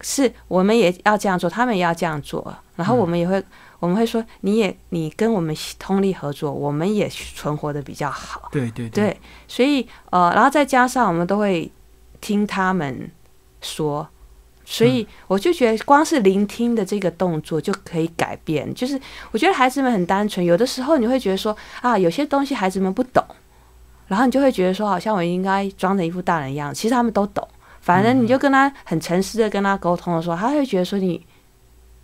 S2: 是我们也要这样做，他们也要这样做，然
S1: 嗯
S2: 后我们也会。我们会说，你也你跟我们通力合作，我们也存活的比较好。
S1: 对对对，
S2: 对，所以呃，然后再加上我们都会听他们说，所
S1: 嗯
S2: 以我就觉得光是聆听的这个动作就可以改变。就是我觉得孩子们很单纯，有的时候你会觉得说啊，有些东西孩子们不懂，然后你就会觉得说好像我应该装着一副大人一样，其实他们都懂。反
S1: 嗯
S2: 正你就跟他很诚实的跟他沟通的时候，他会觉得说你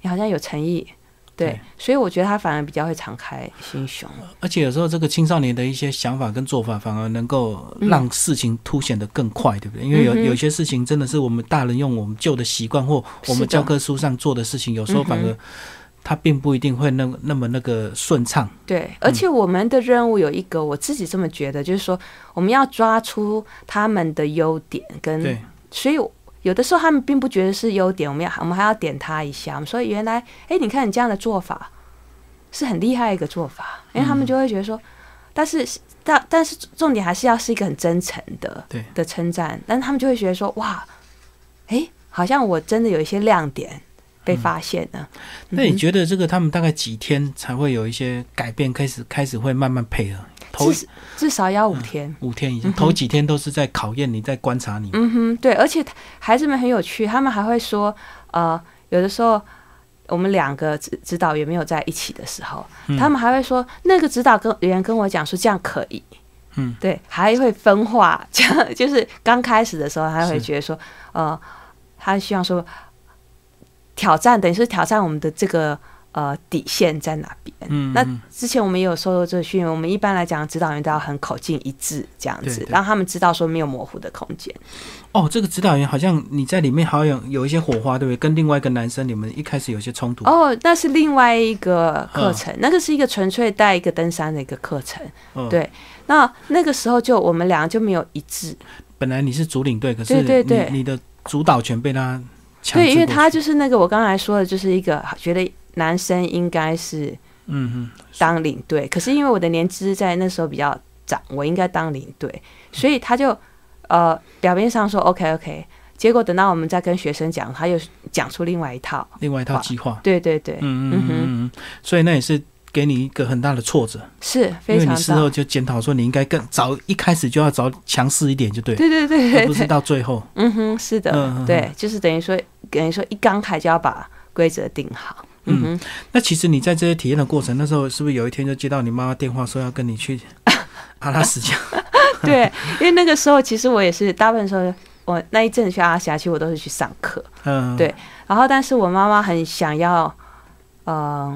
S2: 你好像有诚意。对
S1: 对，
S2: 所以我觉得他反而比较会敞开心胸。
S1: 而且有时候这个青少年的一些想法跟做法，反而能够让事情凸显得更快，对不对？因为有
S2: 嗯哼
S1: 有些事情真的是我们大人用我们旧的习惯或我
S2: 是的
S1: 们教科书上做的事情，有时候反
S2: 嗯
S1: 而它并不一定会那那么那个顺畅，
S2: 对，而且我们的任务有一个，我自己这么觉得，就是说我们要抓出他们的优点跟，
S1: 对，
S2: 所以有的时候他们并不觉得是优点，我们要我们还要点他一下，我们说原来，哎，你看你这样的做法是很厉害一个做法，
S1: 嗯
S2: 因为他们就会觉得说，但是但但是重点还是要是一个很真诚的
S1: 对
S2: 的称赞，但是他们就会觉得说，哇，哎，好像我真的有一些亮点被发现了。
S1: 嗯那你
S2: 嗯哼
S1: 觉得这个他们大概几天才会有一些改变，开始开始会慢慢配合？头
S2: 至至少要五天。
S1: 五天以上，头几天都是在考验你，在观察你。
S2: 嗯哼，对，而且他孩子们很有趣，他们还会说，呃，有的时候我们两个指指导员没有在一起的时候，嗯
S1: 嗯
S2: 他们还会说那个指导跟员跟我讲说这样可以，
S1: 嗯，
S2: 对，还会分化，这样就是刚开始的时候，他会
S1: 是
S2: 觉得说，呃，他希望说挑战，等于是挑战我们的这个。呃底线在哪边。
S1: 嗯，
S2: 那
S1: 嗯
S2: 之前我们也有受过这个训练，我们一般来讲，指导员都要很口径一致这样
S1: 对
S2: 子
S1: 对，
S2: 让他们知道说没有模糊的空间。
S1: 哦，这个指导员好像你在里面好像有一些火花，对不对？跟另外一个男生你们一开始有些冲突。
S2: 哦，那是另外一个课程，那个是一个纯粹带一个登山的一个课程。
S1: 嗯
S2: 对那那个时候就我们两个就没有一致，
S1: 本来你是主领队，可是
S2: 对
S1: 你
S2: 对对
S1: 你的主导权被他强制过去。
S2: 对，因为他就是那个我刚才说的，就是一个觉得男生应该是
S1: 嗯嗯，
S2: 当领队，可是因为我的年资在那时候比较长，我应该当领队，
S1: 嗯
S2: 所以他就呃表面上说 OK OK，结果等到我们再跟学生讲，他又讲出另外一套，
S1: 另外一套计划。
S2: 对对对，
S1: 嗯嗯嗯嗯嗯，所以那也是给你一个很大的挫折，
S2: 是
S1: 因
S2: 非
S1: 为
S2: 常
S1: 你事后
S2: 棒，
S1: 就检讨说你应该更早，一开始就要早强势一点，就对了，
S2: 对对对
S1: 而不
S2: 对
S1: 是
S2: 对，
S1: 到最后。
S2: 嗯哼，是的，
S1: 嗯嗯嗯
S2: 对，就是等于说等于说一刚开就要把规则定好，嗯哼，
S1: 那其实你在这些体验的过程，那时候是不是有一天就接到你妈妈电话说要跟你 去阿拉斯加？
S2: 对，因为那个时候其实我也是大部分时候。我那一阵子去阿霞，其实我都是去上课，
S1: 嗯，
S2: 对然后但是我妈妈很想要，嗯、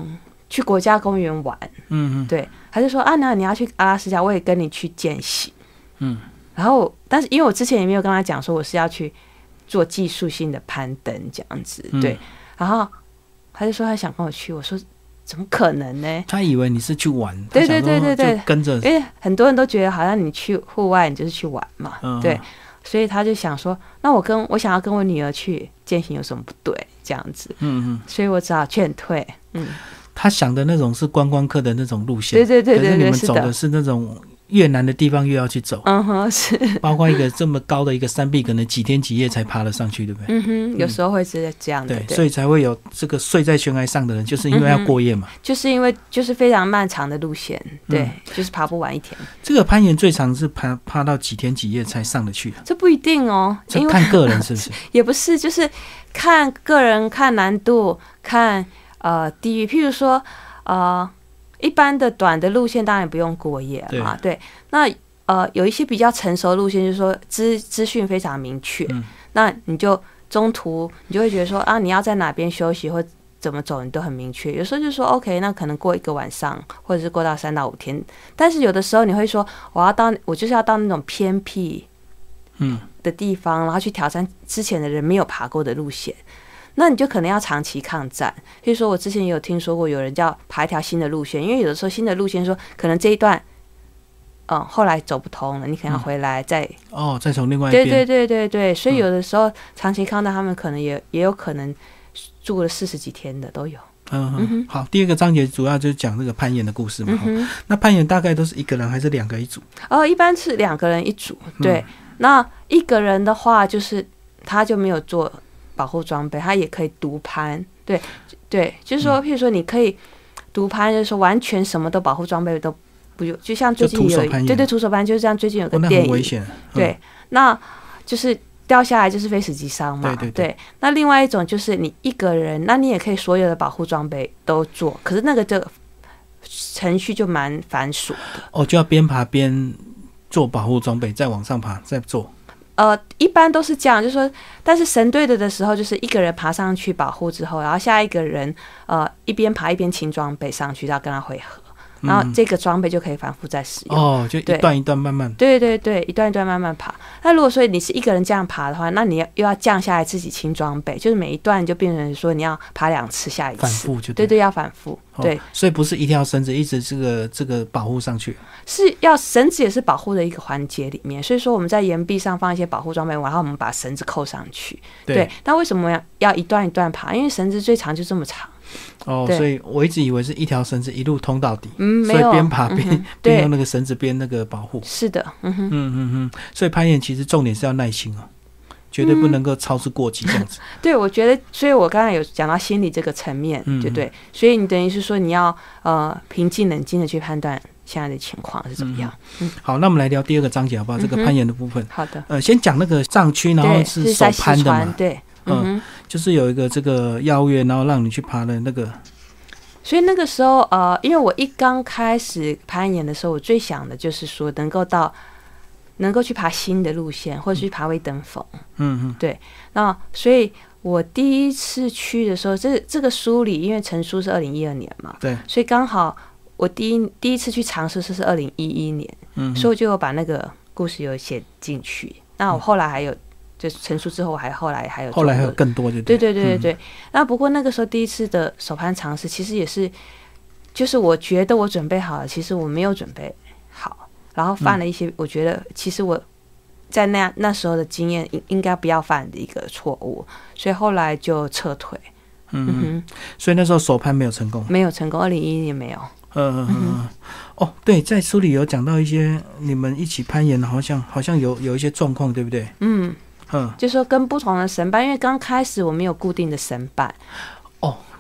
S2: 去国家公园玩，
S1: 嗯嗯
S2: 对，她就说啊，那你要去阿拉斯加，我也跟你去见习，
S1: 嗯，
S2: 然后但是因为我之前也没有跟她讲说我是要去做技术性的攀登这样子，
S1: 嗯
S2: 对，然后她就说她想跟我去，我说怎么可能呢？
S1: 他以为你是去玩，她
S2: 对对
S1: 想说
S2: 对对对
S1: 就跟着，嗯
S2: 因为很多人都觉得好像你去户外你就是去玩嘛，
S1: 嗯，
S2: 对，所以她就想说，那我跟我想要跟我女儿去践行有什么不对？这样子，
S1: 嗯嗯，
S2: 所以我只好劝退。嗯，
S1: 他想的那种是观光客的那种路线，
S2: 对对对
S1: 可是
S2: 对
S1: 你
S2: 对，
S1: 们
S2: 是
S1: 走的
S2: 的，
S1: 是那种越难的地方越要去 走，
S2: 嗯哼，是，
S1: 包括一个这么高的一个山壁，可能几天几夜才爬得上去，对不对？
S2: 嗯哼，有时候会是这样的，
S1: 对，
S2: 对，
S1: 所以才会有这个睡在悬崖上的人，就是因为要过夜嘛。
S2: 就是因为就是非常漫长的路线，对，
S1: 嗯
S2: 就是爬不完一天，
S1: 这个攀岩最长是爬爬到几天几夜才上得去，
S2: 这不一定哦，
S1: 这
S2: 因为
S1: 看个人是不 是？
S2: 也不是，就是看个人、看难度、看呃地域，譬如说呃一般的短的路线当然不用过夜嘛，对，那。呃，有一些比较成熟的路线，就是说资资讯非常明确，
S1: 嗯
S2: 那你就中途你就会觉得说啊，你要在哪边休息或怎么走，你都很明确。有时候就说 OK，那可能过一个晚上，或者是过到三到五天。但是有的时候你会说，我要到我就是要到那种偏僻
S1: 嗯，
S2: 的地方，然后去挑战之前的人没有爬过的路线。那你就可能要长期抗战，所以说我之前也有听说过有人叫爬一条新的路线，因为有的时候新的路线说可能这一段，嗯，后来走不通了，你可能要
S1: 嗯
S2: 回来再
S1: 哦，再从另外一
S2: 对
S1: 边，
S2: 对对对对，所
S1: 嗯
S2: 以有的时候长期抗战，他们可能也也有可能住了四十几天的都有。
S1: 嗯
S2: 嗯
S1: 哼
S2: 哼，
S1: 好，第二个章节主要就是讲这个攀岩的故事嘛。
S2: 嗯
S1: 哈
S2: 哼，
S1: 那攀岩大概都是一个人还是两个一组？
S2: 哦，一般是两个人一组，
S1: 嗯
S2: 对。那一个人的话，就是他就没有做保护装备，他也可以独攀。对对，就是
S1: 嗯
S2: 说，譬如说，你可以独攀，就是说完全什么都保护装备都不用，就像最近
S1: 就徒手
S2: 有一
S1: 攀岩
S2: 对对徒手攀，就是这样。最近有
S1: 哦，
S2: 个
S1: 那
S2: 电
S1: 很
S2: 影，
S1: 危险。嗯，
S2: 呃对，那就是掉下来就是非死即伤嘛。
S1: 对对对
S2: 那另外一种就是你一个人，那你也可以所有的保护装备都做，可是那个就程序就蛮繁琐的。
S1: 哦，就要边爬边做保护装备，再往上爬，再做。
S2: 呃，一般都是这样，就是说，但是神队的的时候，就是一个人爬上去保护之后，然后下一个人呃一边爬一边清装备上去，然后跟他回合，
S1: 嗯
S2: 然后这个装备就可以反复再使用。
S1: 哦，就一
S2: 对
S1: 段一段慢慢。
S2: 对对对，一段一段慢慢爬。那如果说你是一个人这样爬的话，那你要又要降下来自己清装备，就是每一段就变成说你要爬两次，下一
S1: 反
S2: 次。
S1: 复就
S2: 对对，要反复。
S1: 哦
S2: 对，
S1: 所以不是一条绳子一直这个这个保护上去。
S2: 是要绳子也是保护的一个环节里面，所以说我们在岩壁上放一些保护装备，然后我们把绳子扣上去。对，，那为什么要要一段一段爬？因为绳子最长就这么长。
S1: 哦，
S2: 对
S1: 所以我一直以为是一条绳子一路通到底，
S2: 嗯，
S1: 所
S2: 没
S1: 以
S2: 有。
S1: 边爬 边
S2: 嗯哼
S1: 边
S2: 对
S1: 用，那个绳子边那个保护。
S2: 是的，嗯哼，
S1: 嗯嗯嗯，所以攀岩其实重点是要耐心哦，绝对不能够操之过急这样子。
S2: 对，我觉得，所以我刚才有讲到心理这个层面，
S1: 嗯
S2: 对不对？所以你等于是说，你要呃平静冷静的去判断现在的情况是怎么
S1: 嗯
S2: 样。
S1: 好，那我们来聊第二个章节好不好？这个
S2: 嗯哼
S1: 攀岩的部分。
S2: 好的，
S1: 呃，先讲那个藏区，然后
S2: 对，
S1: 是手
S2: 在
S1: 攀
S2: 四
S1: 的
S2: 川，
S1: 嘛，
S2: 对，嗯哼。
S1: 就是有一个这个邀约，然后让你去爬的那个，
S2: 所以那个时候，呃，因为我一刚开始攀岩的时候，我最想的就是说，能够到
S1: 嗯
S2: 能够去爬新的路线，或者去爬威登峰。
S1: 嗯嗯
S2: 那所以我第一次去的时候，这这个书里，因为成书是二零一二年嘛，
S1: 对，
S2: 所以刚好我第一第一次去尝试是是二零一一年，
S1: 嗯哼，
S2: 所以我就有把那个故事有写进去。那我后来还有，就是成书之后，我还后来还有
S1: 嗯后来还有
S2: 做
S1: 更多就
S2: 对
S1: 对
S2: 对对对对。那不过那个时候第一次的手攀尝试，其实也是，就是我觉得我准备好了，其实我没有准备好，然后
S1: 嗯
S2: 犯了一些、我觉得其实我在那样那时候的经验应应该不要犯的一个错误，所以后来就撤退，
S1: 嗯哼，
S2: 嗯哼，
S1: 所以那时候手攀没有成功，
S2: 没有成功。二零一一年没有，
S1: 呃，哦，对，在书里有讲到一些你们一起攀岩，好像好像有有一些状况，对不对？
S2: 嗯，
S1: 嗯，
S2: 就说跟不同的神伴，因为刚开始我没有固定的神伴，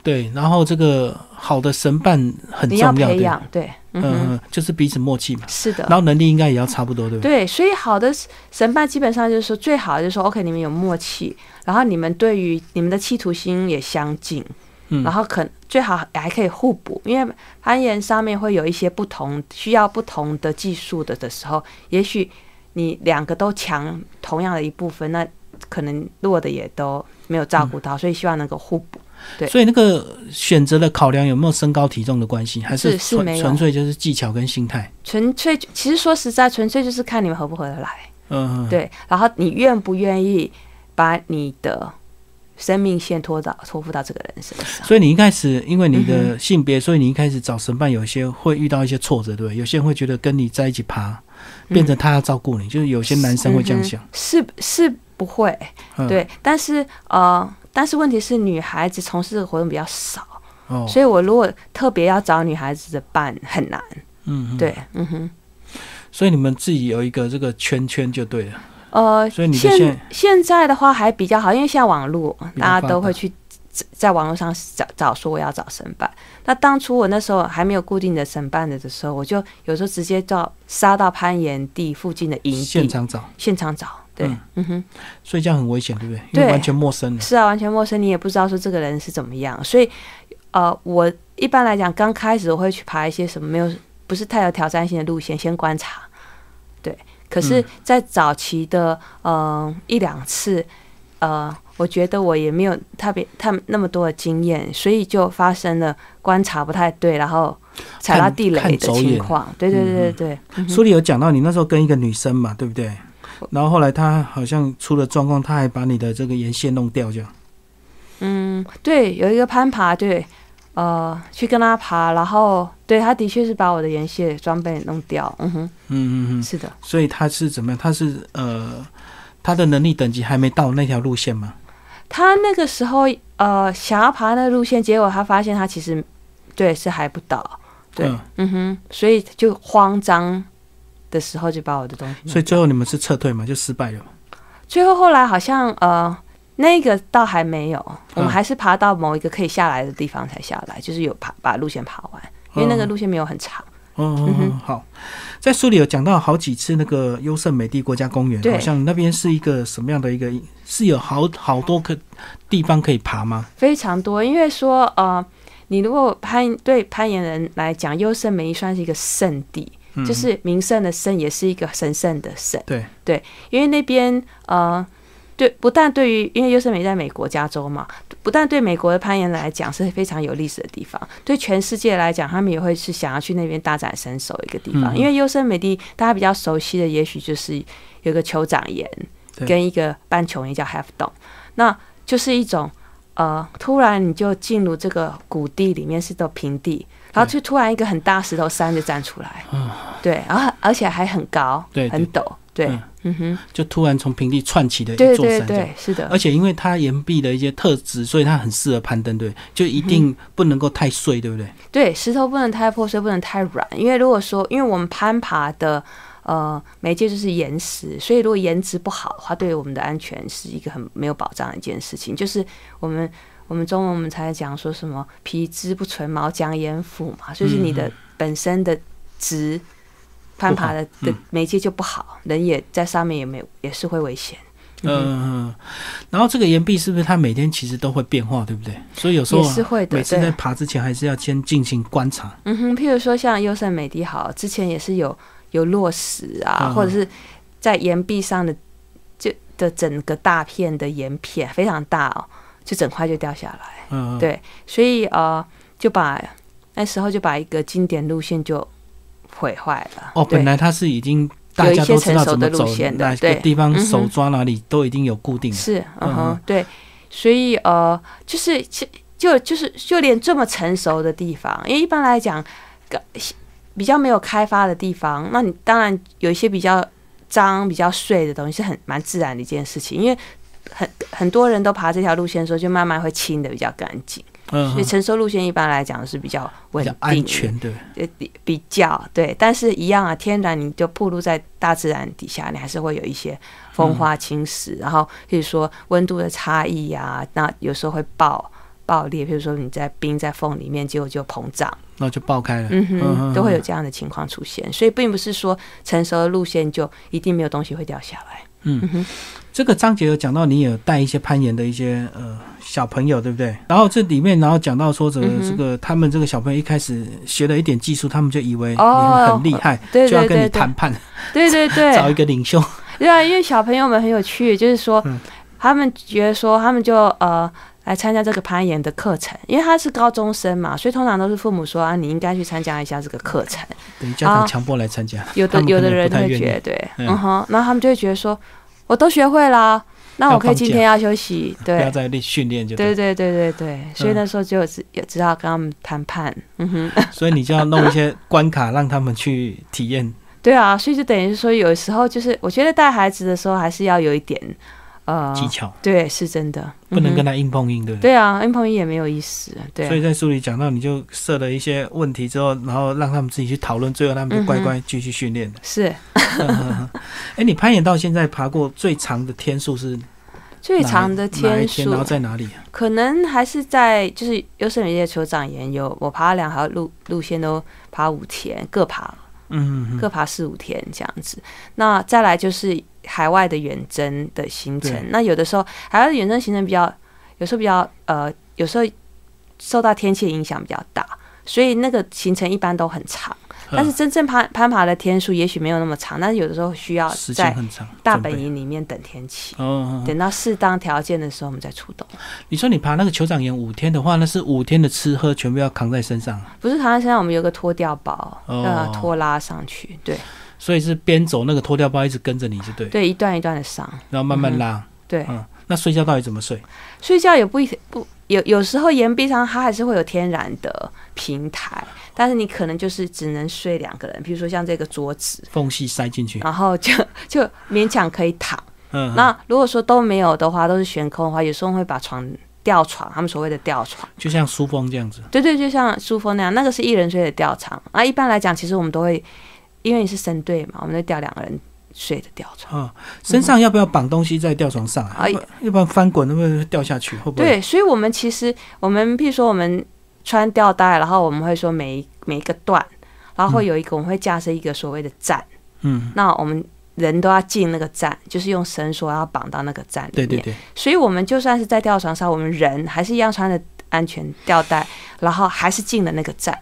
S1: 对，然后这个好的神伴很
S2: 你
S1: 重要，对
S2: 要培
S1: 不对，
S2: 养，对，
S1: 嗯、
S2: 嗯哼，
S1: 嗯，就是彼此默契嘛，
S2: 是的
S1: 然。后能力应该也要差不多，对不对？
S2: 对，所以好的神伴基本上就是说，最好就是说，OK，你们有默契，然后你们对于你们的企图心也相近，
S1: 嗯
S2: 然后可最好还可以互补，因为攀岩上面会有一些不同需要不同的技术的的时候，也许你两个都强同样的一部分，那可能弱的也都没有照顾到，所以希望能够互补。对
S1: 所以那个选择的考量有没有身高体重的关系，还
S2: 是是
S1: 纯
S2: 没有
S1: 纯粹就是技巧跟心态？
S2: 纯粹其实说实在，纯粹就是看你们合不合得来。
S1: 嗯、
S2: 对，然后你愿不愿意把你的生命线托到托付到这个人身上？
S1: 所以你一开始因为你
S2: 嗯
S1: 的性别，所以你一开始找神伴，有些会遇到一些挫折，对不对？有些人会觉得跟你在一起爬，
S2: 嗯
S1: 变成他要照顾你，就是有些男生会这样想。
S2: 是是不会，
S1: 嗯，
S2: 对，但是呃，但是问题是女孩子从事的活动比较少，
S1: 哦，
S2: 所以我如果特别要找女孩子的伴很难。
S1: 嗯，嗯，
S2: 对，嗯哼，
S1: 所以你们自己有一个这个圈圈就对了。
S2: 呃，
S1: 所以你的
S2: 现
S1: 现
S2: 现在的话还比较好，因为现在网络
S1: 比较
S2: 大家
S1: 发
S2: 都
S1: 达
S2: 会去在在网络上找找说我要找神伴。那当初我那时候还没有固定的神伴的的时候，我就有时候直接到杀到攀岩地附近的营地
S1: 现场找，
S2: 现场找。对，
S1: 嗯
S2: 嗯哼，
S1: 所以这样很危险，对不对？因
S2: 对
S1: 为完全陌生了。
S2: 是啊，完全陌生，你也不知道说这个人是怎么样，所以呃，我一般来讲刚开始我会去爬一些什么没有不是太有挑战性的路线，先观察。对，可是
S1: 嗯，
S2: 在早期的呃一两次，呃，我觉得我也没有特别他们那么多的经验，所以就发生了观察不太对，然后踩到
S1: 看
S2: 地雷
S1: 看
S2: 的
S1: 走
S2: 情
S1: 眼
S2: 况。对对对对
S1: 嗯
S2: 对，
S1: 书里有讲到你那时候跟一个女生嘛，对不对？然后后来她好像出了状况，她还把你的这个沿线弄掉，这样。
S2: 嗯，对，有一个攀爬，对，呃，去跟他爬，然后对他的确是把我的岩蟹装备弄掉，嗯哼，
S1: 嗯嗯嗯。
S2: 是的，
S1: 所以她是怎么样？她是呃，她的能力等级还没到那条路线嘛？
S2: 他那个时候呃想要爬那个路线，结果他发现他其实对是还不到，对，
S1: 嗯
S2: 嗯哼，所以就慌张的时候就把我的东西弄，
S1: 所以最后你们是撤退嘛，就失败了嘛。
S2: 最后后来好像呃那个倒还没有，我们
S1: 嗯
S2: 还是爬到某一个可以下来的地方才下来，就是有爬把路线爬完，因为那个路线嗯没有很长。
S1: 哦哦，哦好，在书里有讲到好几次那个优胜美地国家公园，
S2: 对
S1: 好像那边是一个什么样的一个，是有好好多个地方可以爬吗？
S2: 非常多，因为说呃，你如果攀对攀岩人来讲，优胜美地算是一个圣地，
S1: 嗯
S2: 就是名胜的胜，也是一个神圣的圣。
S1: 对
S2: 对，因为那边呃，对，不但对于因为优胜美地在美国加州嘛，不但对美国的攀岩来讲是非常有历史的地方，对全世界来讲，他们也会是想要去那边大展身手一个地方。
S1: 嗯
S2: 因为优胜美地大家比较熟悉的，也许就是有个酋长岩
S1: 对
S2: 跟一个半球岩叫 Half Dome，那就是一种呃，突然你就进入这个谷地里面是都平地，然后就突然一个很大石头山就站出来，对，然后而且还很高，
S1: 啊对
S2: 很陡，对，
S1: 嗯
S2: 嗯哼，
S1: 就突然从平地窜起的
S2: 对
S1: 一座
S2: 对
S1: 山这样。
S2: 对，是的
S1: 而，且因为它岩壁的一些特质，所以它很适合攀登，对，就一
S2: 嗯
S1: 定不能够太碎，对不对？
S2: 对，石头不能太破碎，不能太软，因为如果说，因为我们攀爬的。呃，媒介就是岩石，所以如果颜值不好的话，对于我们的安全是一个很没有保障的一件事情。就是我们我们中文我们才讲说什么“皮之不存，毛将焉附”嘛，就是你
S1: 嗯
S2: 的本身的值攀爬的
S1: 嗯
S2: 的媒介就不好，人也在上面也没有也是会危险。
S1: 嗯、然后这个岩壁是不是它每天其实都会变化，对不对？所以有时候
S2: 也
S1: 啊、
S2: 是会的，
S1: 每次在
S2: 对，
S1: 爬之前还是要先进行观察。
S2: 嗯哼，譬如说像优胜美地好，之前也是有有落石啊，
S1: 嗯
S2: 或者是在岩壁上的就的整个大片的岩片非常大哦，就整块就掉下来。
S1: 嗯，
S2: 对，所以呃，就把那时候就把一个经典路线就毁坏了。
S1: 哦，
S2: 对
S1: 本来它是已经大家都知道怎么走
S2: 有一些成熟的路线的
S1: 哪个
S2: 对
S1: 地方
S2: 嗯哼
S1: 手抓哪里都已经有固定了。
S2: 是，
S1: 嗯
S2: 嗯
S1: 哼
S2: 哼，对，所以呃，就是其就就是就连这么成熟的地方，因为一般来讲，个比较没有开发的地方，那你当然有一些比较脏、比较碎的东西是很蛮自然的一件事情，因为。很很多人都爬这条路线的时候，就慢慢会清的比较干净，
S1: 嗯
S2: 所以
S1: 哼，
S2: 成熟路线一般来讲是比较
S1: 比
S2: 稳
S1: 较
S2: 定、
S1: 安全，对。
S2: 呃比比较对，但是一样啊，天然你就暴露在大自然底下，你还是会有一些风化侵蚀，然后比如说温度的差异啊，那有时候会爆爆裂，比如说你在冰在缝里面，结果就膨胀，
S1: 那就爆开了。
S2: 嗯哼，
S1: 嗯哼
S2: 都会有这样的情况出现，所以并不是说成熟的路线就一定没有东西会掉下来，
S1: 这个章节有讲到，你也有带一些攀岩的一些呃小朋友，对不对？然后这里面，然后讲到说这个、
S2: 嗯哼
S1: 这个他们这个小朋友一开始学了一点技术，他们就以为你
S2: 哦
S1: 很厉害，
S2: 对
S1: 就要
S2: 对
S1: 跟
S2: 对
S1: 你
S2: 对
S1: 谈判，
S2: 对对对，
S1: 找一个领袖。
S2: 对啊，因为小朋友们很有趣，就是说，
S1: 嗯
S2: 他们觉得说，他们就呃来参加这个攀岩的课程，因为他是高中生嘛，所以通常都是父母说啊，你应该去参加一下这个课程。
S1: 等于家长
S2: 啊
S1: 强迫来参加，
S2: 有
S1: 他
S2: 的
S1: 们可
S2: 有的
S1: 能
S2: 人
S1: 不太
S2: 会
S1: 愿意
S2: 觉得，对，
S1: 嗯
S2: 嗯哼，然后他们就会觉得说，我都学会啦，那
S1: 要
S2: 我可以
S1: 放
S2: 今
S1: 假
S2: 天要休息，
S1: 不要
S2: 对。
S1: 再训练就
S2: 对
S1: 对。
S2: 对对对对，所以
S1: 嗯
S2: 那时候就只也只好跟他们谈判，嗯哼，
S1: 所以你就要弄一些关卡让他们去体验。
S2: 对啊，所以就等于是说，有时候就是我觉得带孩子的时候还是要有一点，呃，
S1: 技巧，
S2: 对，是真的，
S1: 不能
S2: 嗯哼
S1: 跟他硬碰硬，对不对？
S2: 对啊，N 朋友也没有意思，对
S1: 所以
S2: 啊，
S1: 在书里讲到，你就设了一些问题之后，然后让他们自己去讨论，最后他
S2: 嗯
S1: 们就乖乖继续训练。
S2: 是
S1: 哎、你攀岩到现在爬过最长的天数是
S2: 最长的
S1: 哪一
S2: 天
S1: 天？
S2: 数
S1: 然，后在哪里、啊？
S2: 可能还是在就是优胜美业酋长岩有，我爬了两条路路线都爬五天，各爬
S1: 嗯，
S2: 各爬四五天这样子。那再来就是海外的远征的行
S1: 对
S2: 程，那有的时候海外的远征行程比较，有时候比较呃，有时候受到天气影响比较大，所以那个行程一般都很长。
S1: 嗯
S2: 但是真正攀攀爬的天数也许没有那么长，但是有的时候需要
S1: 时
S2: 在
S1: 间很长，
S2: 大
S1: 准备
S2: 本。营里面等天气，
S1: 哦，
S2: 等到适当条件的时候我们再出动。
S1: 你说你爬那个酋长岩五天的话，那是五天的吃喝全部要扛在身上，啊
S2: 不是唐山身上我们有个拖吊包，
S1: 哦
S2: 呃，拖拉上去，对
S1: 所以是边走那个脱掉包一直跟着你就对，
S2: 对，一段一段的上，
S1: 然后慢慢拉。
S2: 对，
S1: 嗯，那睡觉到底怎么睡？
S2: 睡觉也不一不有有时候岩壁上它还是会有天然的平台，但是你可能就是只能睡两个人，比如说像这个桌子，
S1: 缝隙塞进去。
S2: 然后就 就勉强可以躺。
S1: 嗯，
S2: 啊那如果说都没有的话，都是悬空的话，有时候会把床吊床，他们所谓的吊床。
S1: 就像书风这样子。
S2: 对对，就像书风那样，那个是一人睡的吊床。啊，一般来讲，其实我们都会，因为你是神队嘛，我们就吊两个人睡的吊床。
S1: 啊，身上要不要绑东西在吊床上啊？
S2: 嗯哎
S1: 要不要不然翻滚，会不会掉下去？会不会？
S2: 对，所以我们其实我们譬如说我们穿吊带，然后我们会说每一每一个段，然后会有一个、我们会架设一个所谓的站，
S1: 嗯，
S2: 那我们人都要进那个站，就是用绳索要绑到那个站里
S1: 对
S2: 面。
S1: 对对，
S2: 所以我们就算是在吊床上，我们人还是一样穿着安全吊带，然后还是进了那个站。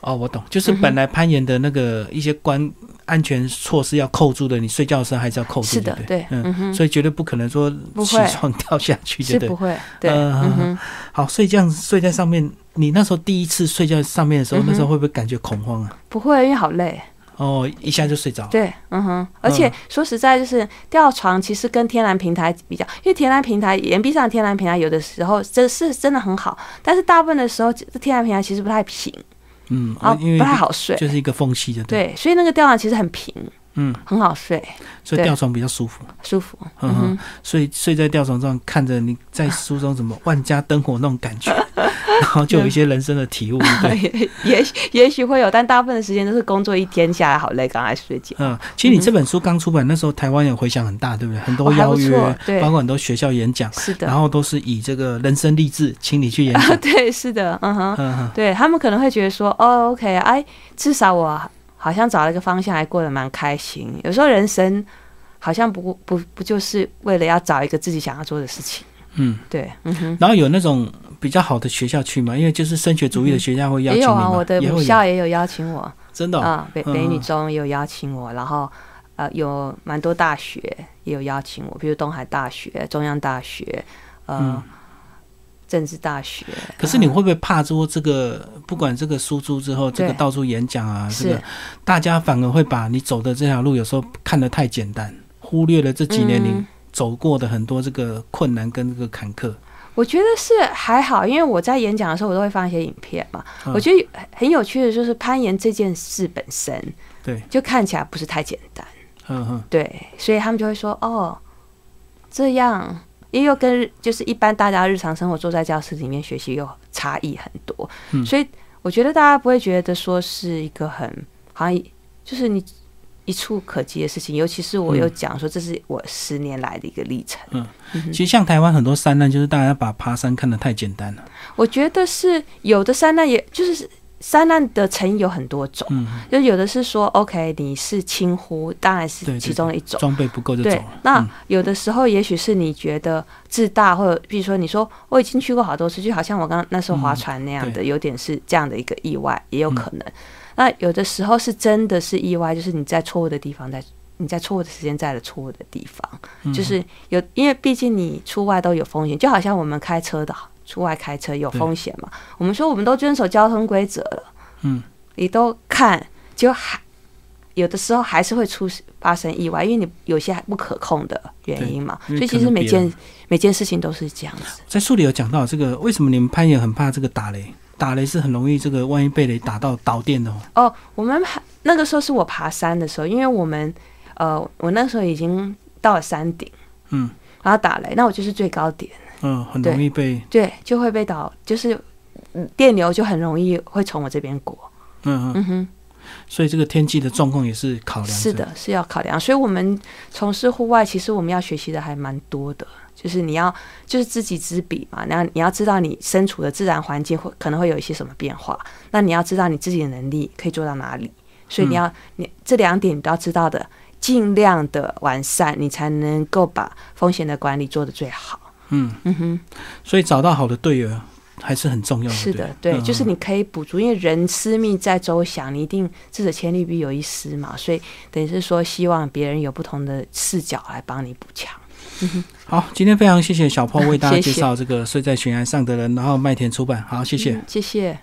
S1: 哦，我懂，就是本来攀岩的那个一些关安全措施要扣住的，你睡觉的时候还是要扣住，
S2: 是的
S1: 对，不
S2: 对，
S1: 嗯
S2: 嗯哼，
S1: 所以绝对不可能说
S2: 不
S1: 起
S2: 会
S1: 床掉下去，对
S2: 是
S1: 不
S2: 不
S1: 对？
S2: 会，对，
S1: 呃
S2: 嗯哼。
S1: 好，所以这样睡在上面，你那时候第一次睡觉上面的时候，
S2: 嗯哼
S1: 那时候会不会感觉恐慌啊？
S2: 不会，因为好累。
S1: 哦，一下就睡着，
S2: 对，嗯哼。而且说实在，就是吊床其实跟天然平台比较，因为天然平台岩壁上的天然平台有的时候真是真的很好，但是大部分的时候这天然平台其实不太平
S1: 嗯，
S2: 啊，
S1: 哦因
S2: 不
S1: 为
S2: 太好睡。
S1: 就是一个缝隙的，，
S2: 对，所以那个吊床其实很平，
S1: 嗯，
S2: 很好睡，
S1: 所以
S2: 对
S1: 吊床比较舒服，
S2: 舒服。
S1: 嗯
S2: 嗯
S1: 哼
S2: 哼，
S1: 所以睡在吊床上，看着你在书中什么万家灯火那种感 觉，然后就有一些人生的体悟，对 不对
S2: 也也许也许会有，但大部分的时间都是工作一天下来好累，赶快睡觉。
S1: 嗯，其实你这本书刚出版那时候，台湾有回响很大，对不对？很多
S2: 哦还
S1: 邀
S2: 不
S1: 约
S2: 错，对
S1: 包括很多学校演讲，
S2: 是
S1: 然
S2: 的，。
S1: 后都是以这个人生励志，请你去演讲
S2: 对，是的，嗯哼。
S1: 嗯哼，
S2: 对他们可能会觉得说，哦，OK，哎，至少我好像找了一个方向，还过得蛮开心。有时候人生好像不不不就是为了要找一个自己想要做的事情，
S1: 嗯，
S2: 对，嗯哼，
S1: 然后有那种比较好的学校去嘛，因为就是升学主义的学校会邀
S2: 也
S1: 请你
S2: 有
S1: 嘛，
S2: 啊，我的
S1: 也
S2: 母
S1: 会
S2: 校
S1: 有，
S2: 也有邀请我
S1: 真的哦、
S2: 啊，北北
S1: 嗯
S2: 女中也有邀请我，然后呃，有蛮多大学也有邀请我，比如东海大学、中央大学，呃。
S1: 嗯
S2: 政治大学。啊
S1: 可是你会不会怕说这个，不管这个输出之后，这个到处演讲啊，
S2: 是
S1: 这个大家反而会把你走的这条路有时候看得太简单，忽略了这几年你
S2: 嗯
S1: 走过的很多这个困难跟这个坎坷。
S2: 我觉得是还好，因为我在演讲的时候，我都会放一些影片嘛。
S1: 嗯
S2: 我觉得很很有趣的就是攀岩这件事本身，
S1: 对，
S2: 就看起来不是太简单，
S1: 嗯哼，
S2: 对，所以他们就会说哦，这样。因为又跟日就是一般大家日常生活坐在教室里面学习又差异很多，
S1: 嗯
S2: 所以我觉得大家不会觉得说是一个很好像就是你一触可及的事情，尤其是我
S1: 嗯
S2: 有讲说这是我十年来的一个历程，
S1: 嗯
S2: 嗯哼
S1: 其实像台湾很多山难，就是大家把爬山看得太简单了。
S2: 我觉得是有的山难也，就是山难的成因有很多种，
S1: 嗯，
S2: 就有的是说 OK 你是轻忽，当然
S1: 对
S2: 是
S1: 对
S2: 其中的一种。
S1: 装备不够就走
S2: 对
S1: 了。，
S2: 那
S1: 嗯
S2: 有的时候也许是你觉得自大，或者比如说你说我已经去过好多次，就好像我刚那时候划船
S1: 嗯
S2: 那样的，有点是这样的一个意外，也有可能。那有的时候是真的是意外，就是你在错误的地方在。你在错误的时间，在了错误的地方，
S1: 嗯
S2: 就是有，因为毕竟你出外都有风险，就好像我们开车的出外开车有风险嘛。我们说我们都遵守交通规则了，
S1: 嗯，
S2: 你都看，就还有的时候还是会出发生意外，因为你有些不可控的原因嘛。
S1: 对
S2: 所
S1: 因为
S2: 以其
S1: 可
S2: 实
S1: 能
S2: 每
S1: 别人
S2: 件每件事情都是这样子。
S1: 在书里有讲到这个，为什么你们攀岩很怕这个打雷？打雷是很容易这个，万一被雷打到导电的哦。
S2: 哦，我们还那个时候是我爬山的时候，因为我们呃，我那时候已经到了山顶，
S1: 嗯
S2: 然后打雷，那我就是最高点，
S1: 嗯，很容易被
S2: 对，就会被导，就是嗯电流就很容易会从我这边过。
S1: 嗯嗯，
S2: 嗯哼。
S1: 所以这个天气的状况也是考量。
S2: 是，的，是要考量。所以，我们从事户外，其实我们要学习的还蛮多的，就是你要就是知己知彼嘛。那你要知道你身处的自然环境会可能会有一些什么变化，那你要知道你自己的能力可以做到哪里。所以
S1: 嗯
S2: 你要、你这两点你都要知道的，尽量的完善，你才能够把风险的管理做得最好。
S1: 嗯，
S2: 嗯哼。
S1: 所以找到好的队友还是很重要的。
S2: 是
S1: 对
S2: 的
S1: 不，对，
S2: 对，就是
S1: 嗯
S2: 你可以补足，因为人私密在周详，你一定智者千虑必有一失嘛，所以等于是说，希望别人有不同的视角来帮你补强。
S1: 好。今天非常谢谢小炮为大家
S2: 嗯谢
S1: 介
S2: 谢
S1: 绍这个睡在悬崖上的人，然后麦田出版，好，谢谢。
S2: 嗯谢谢。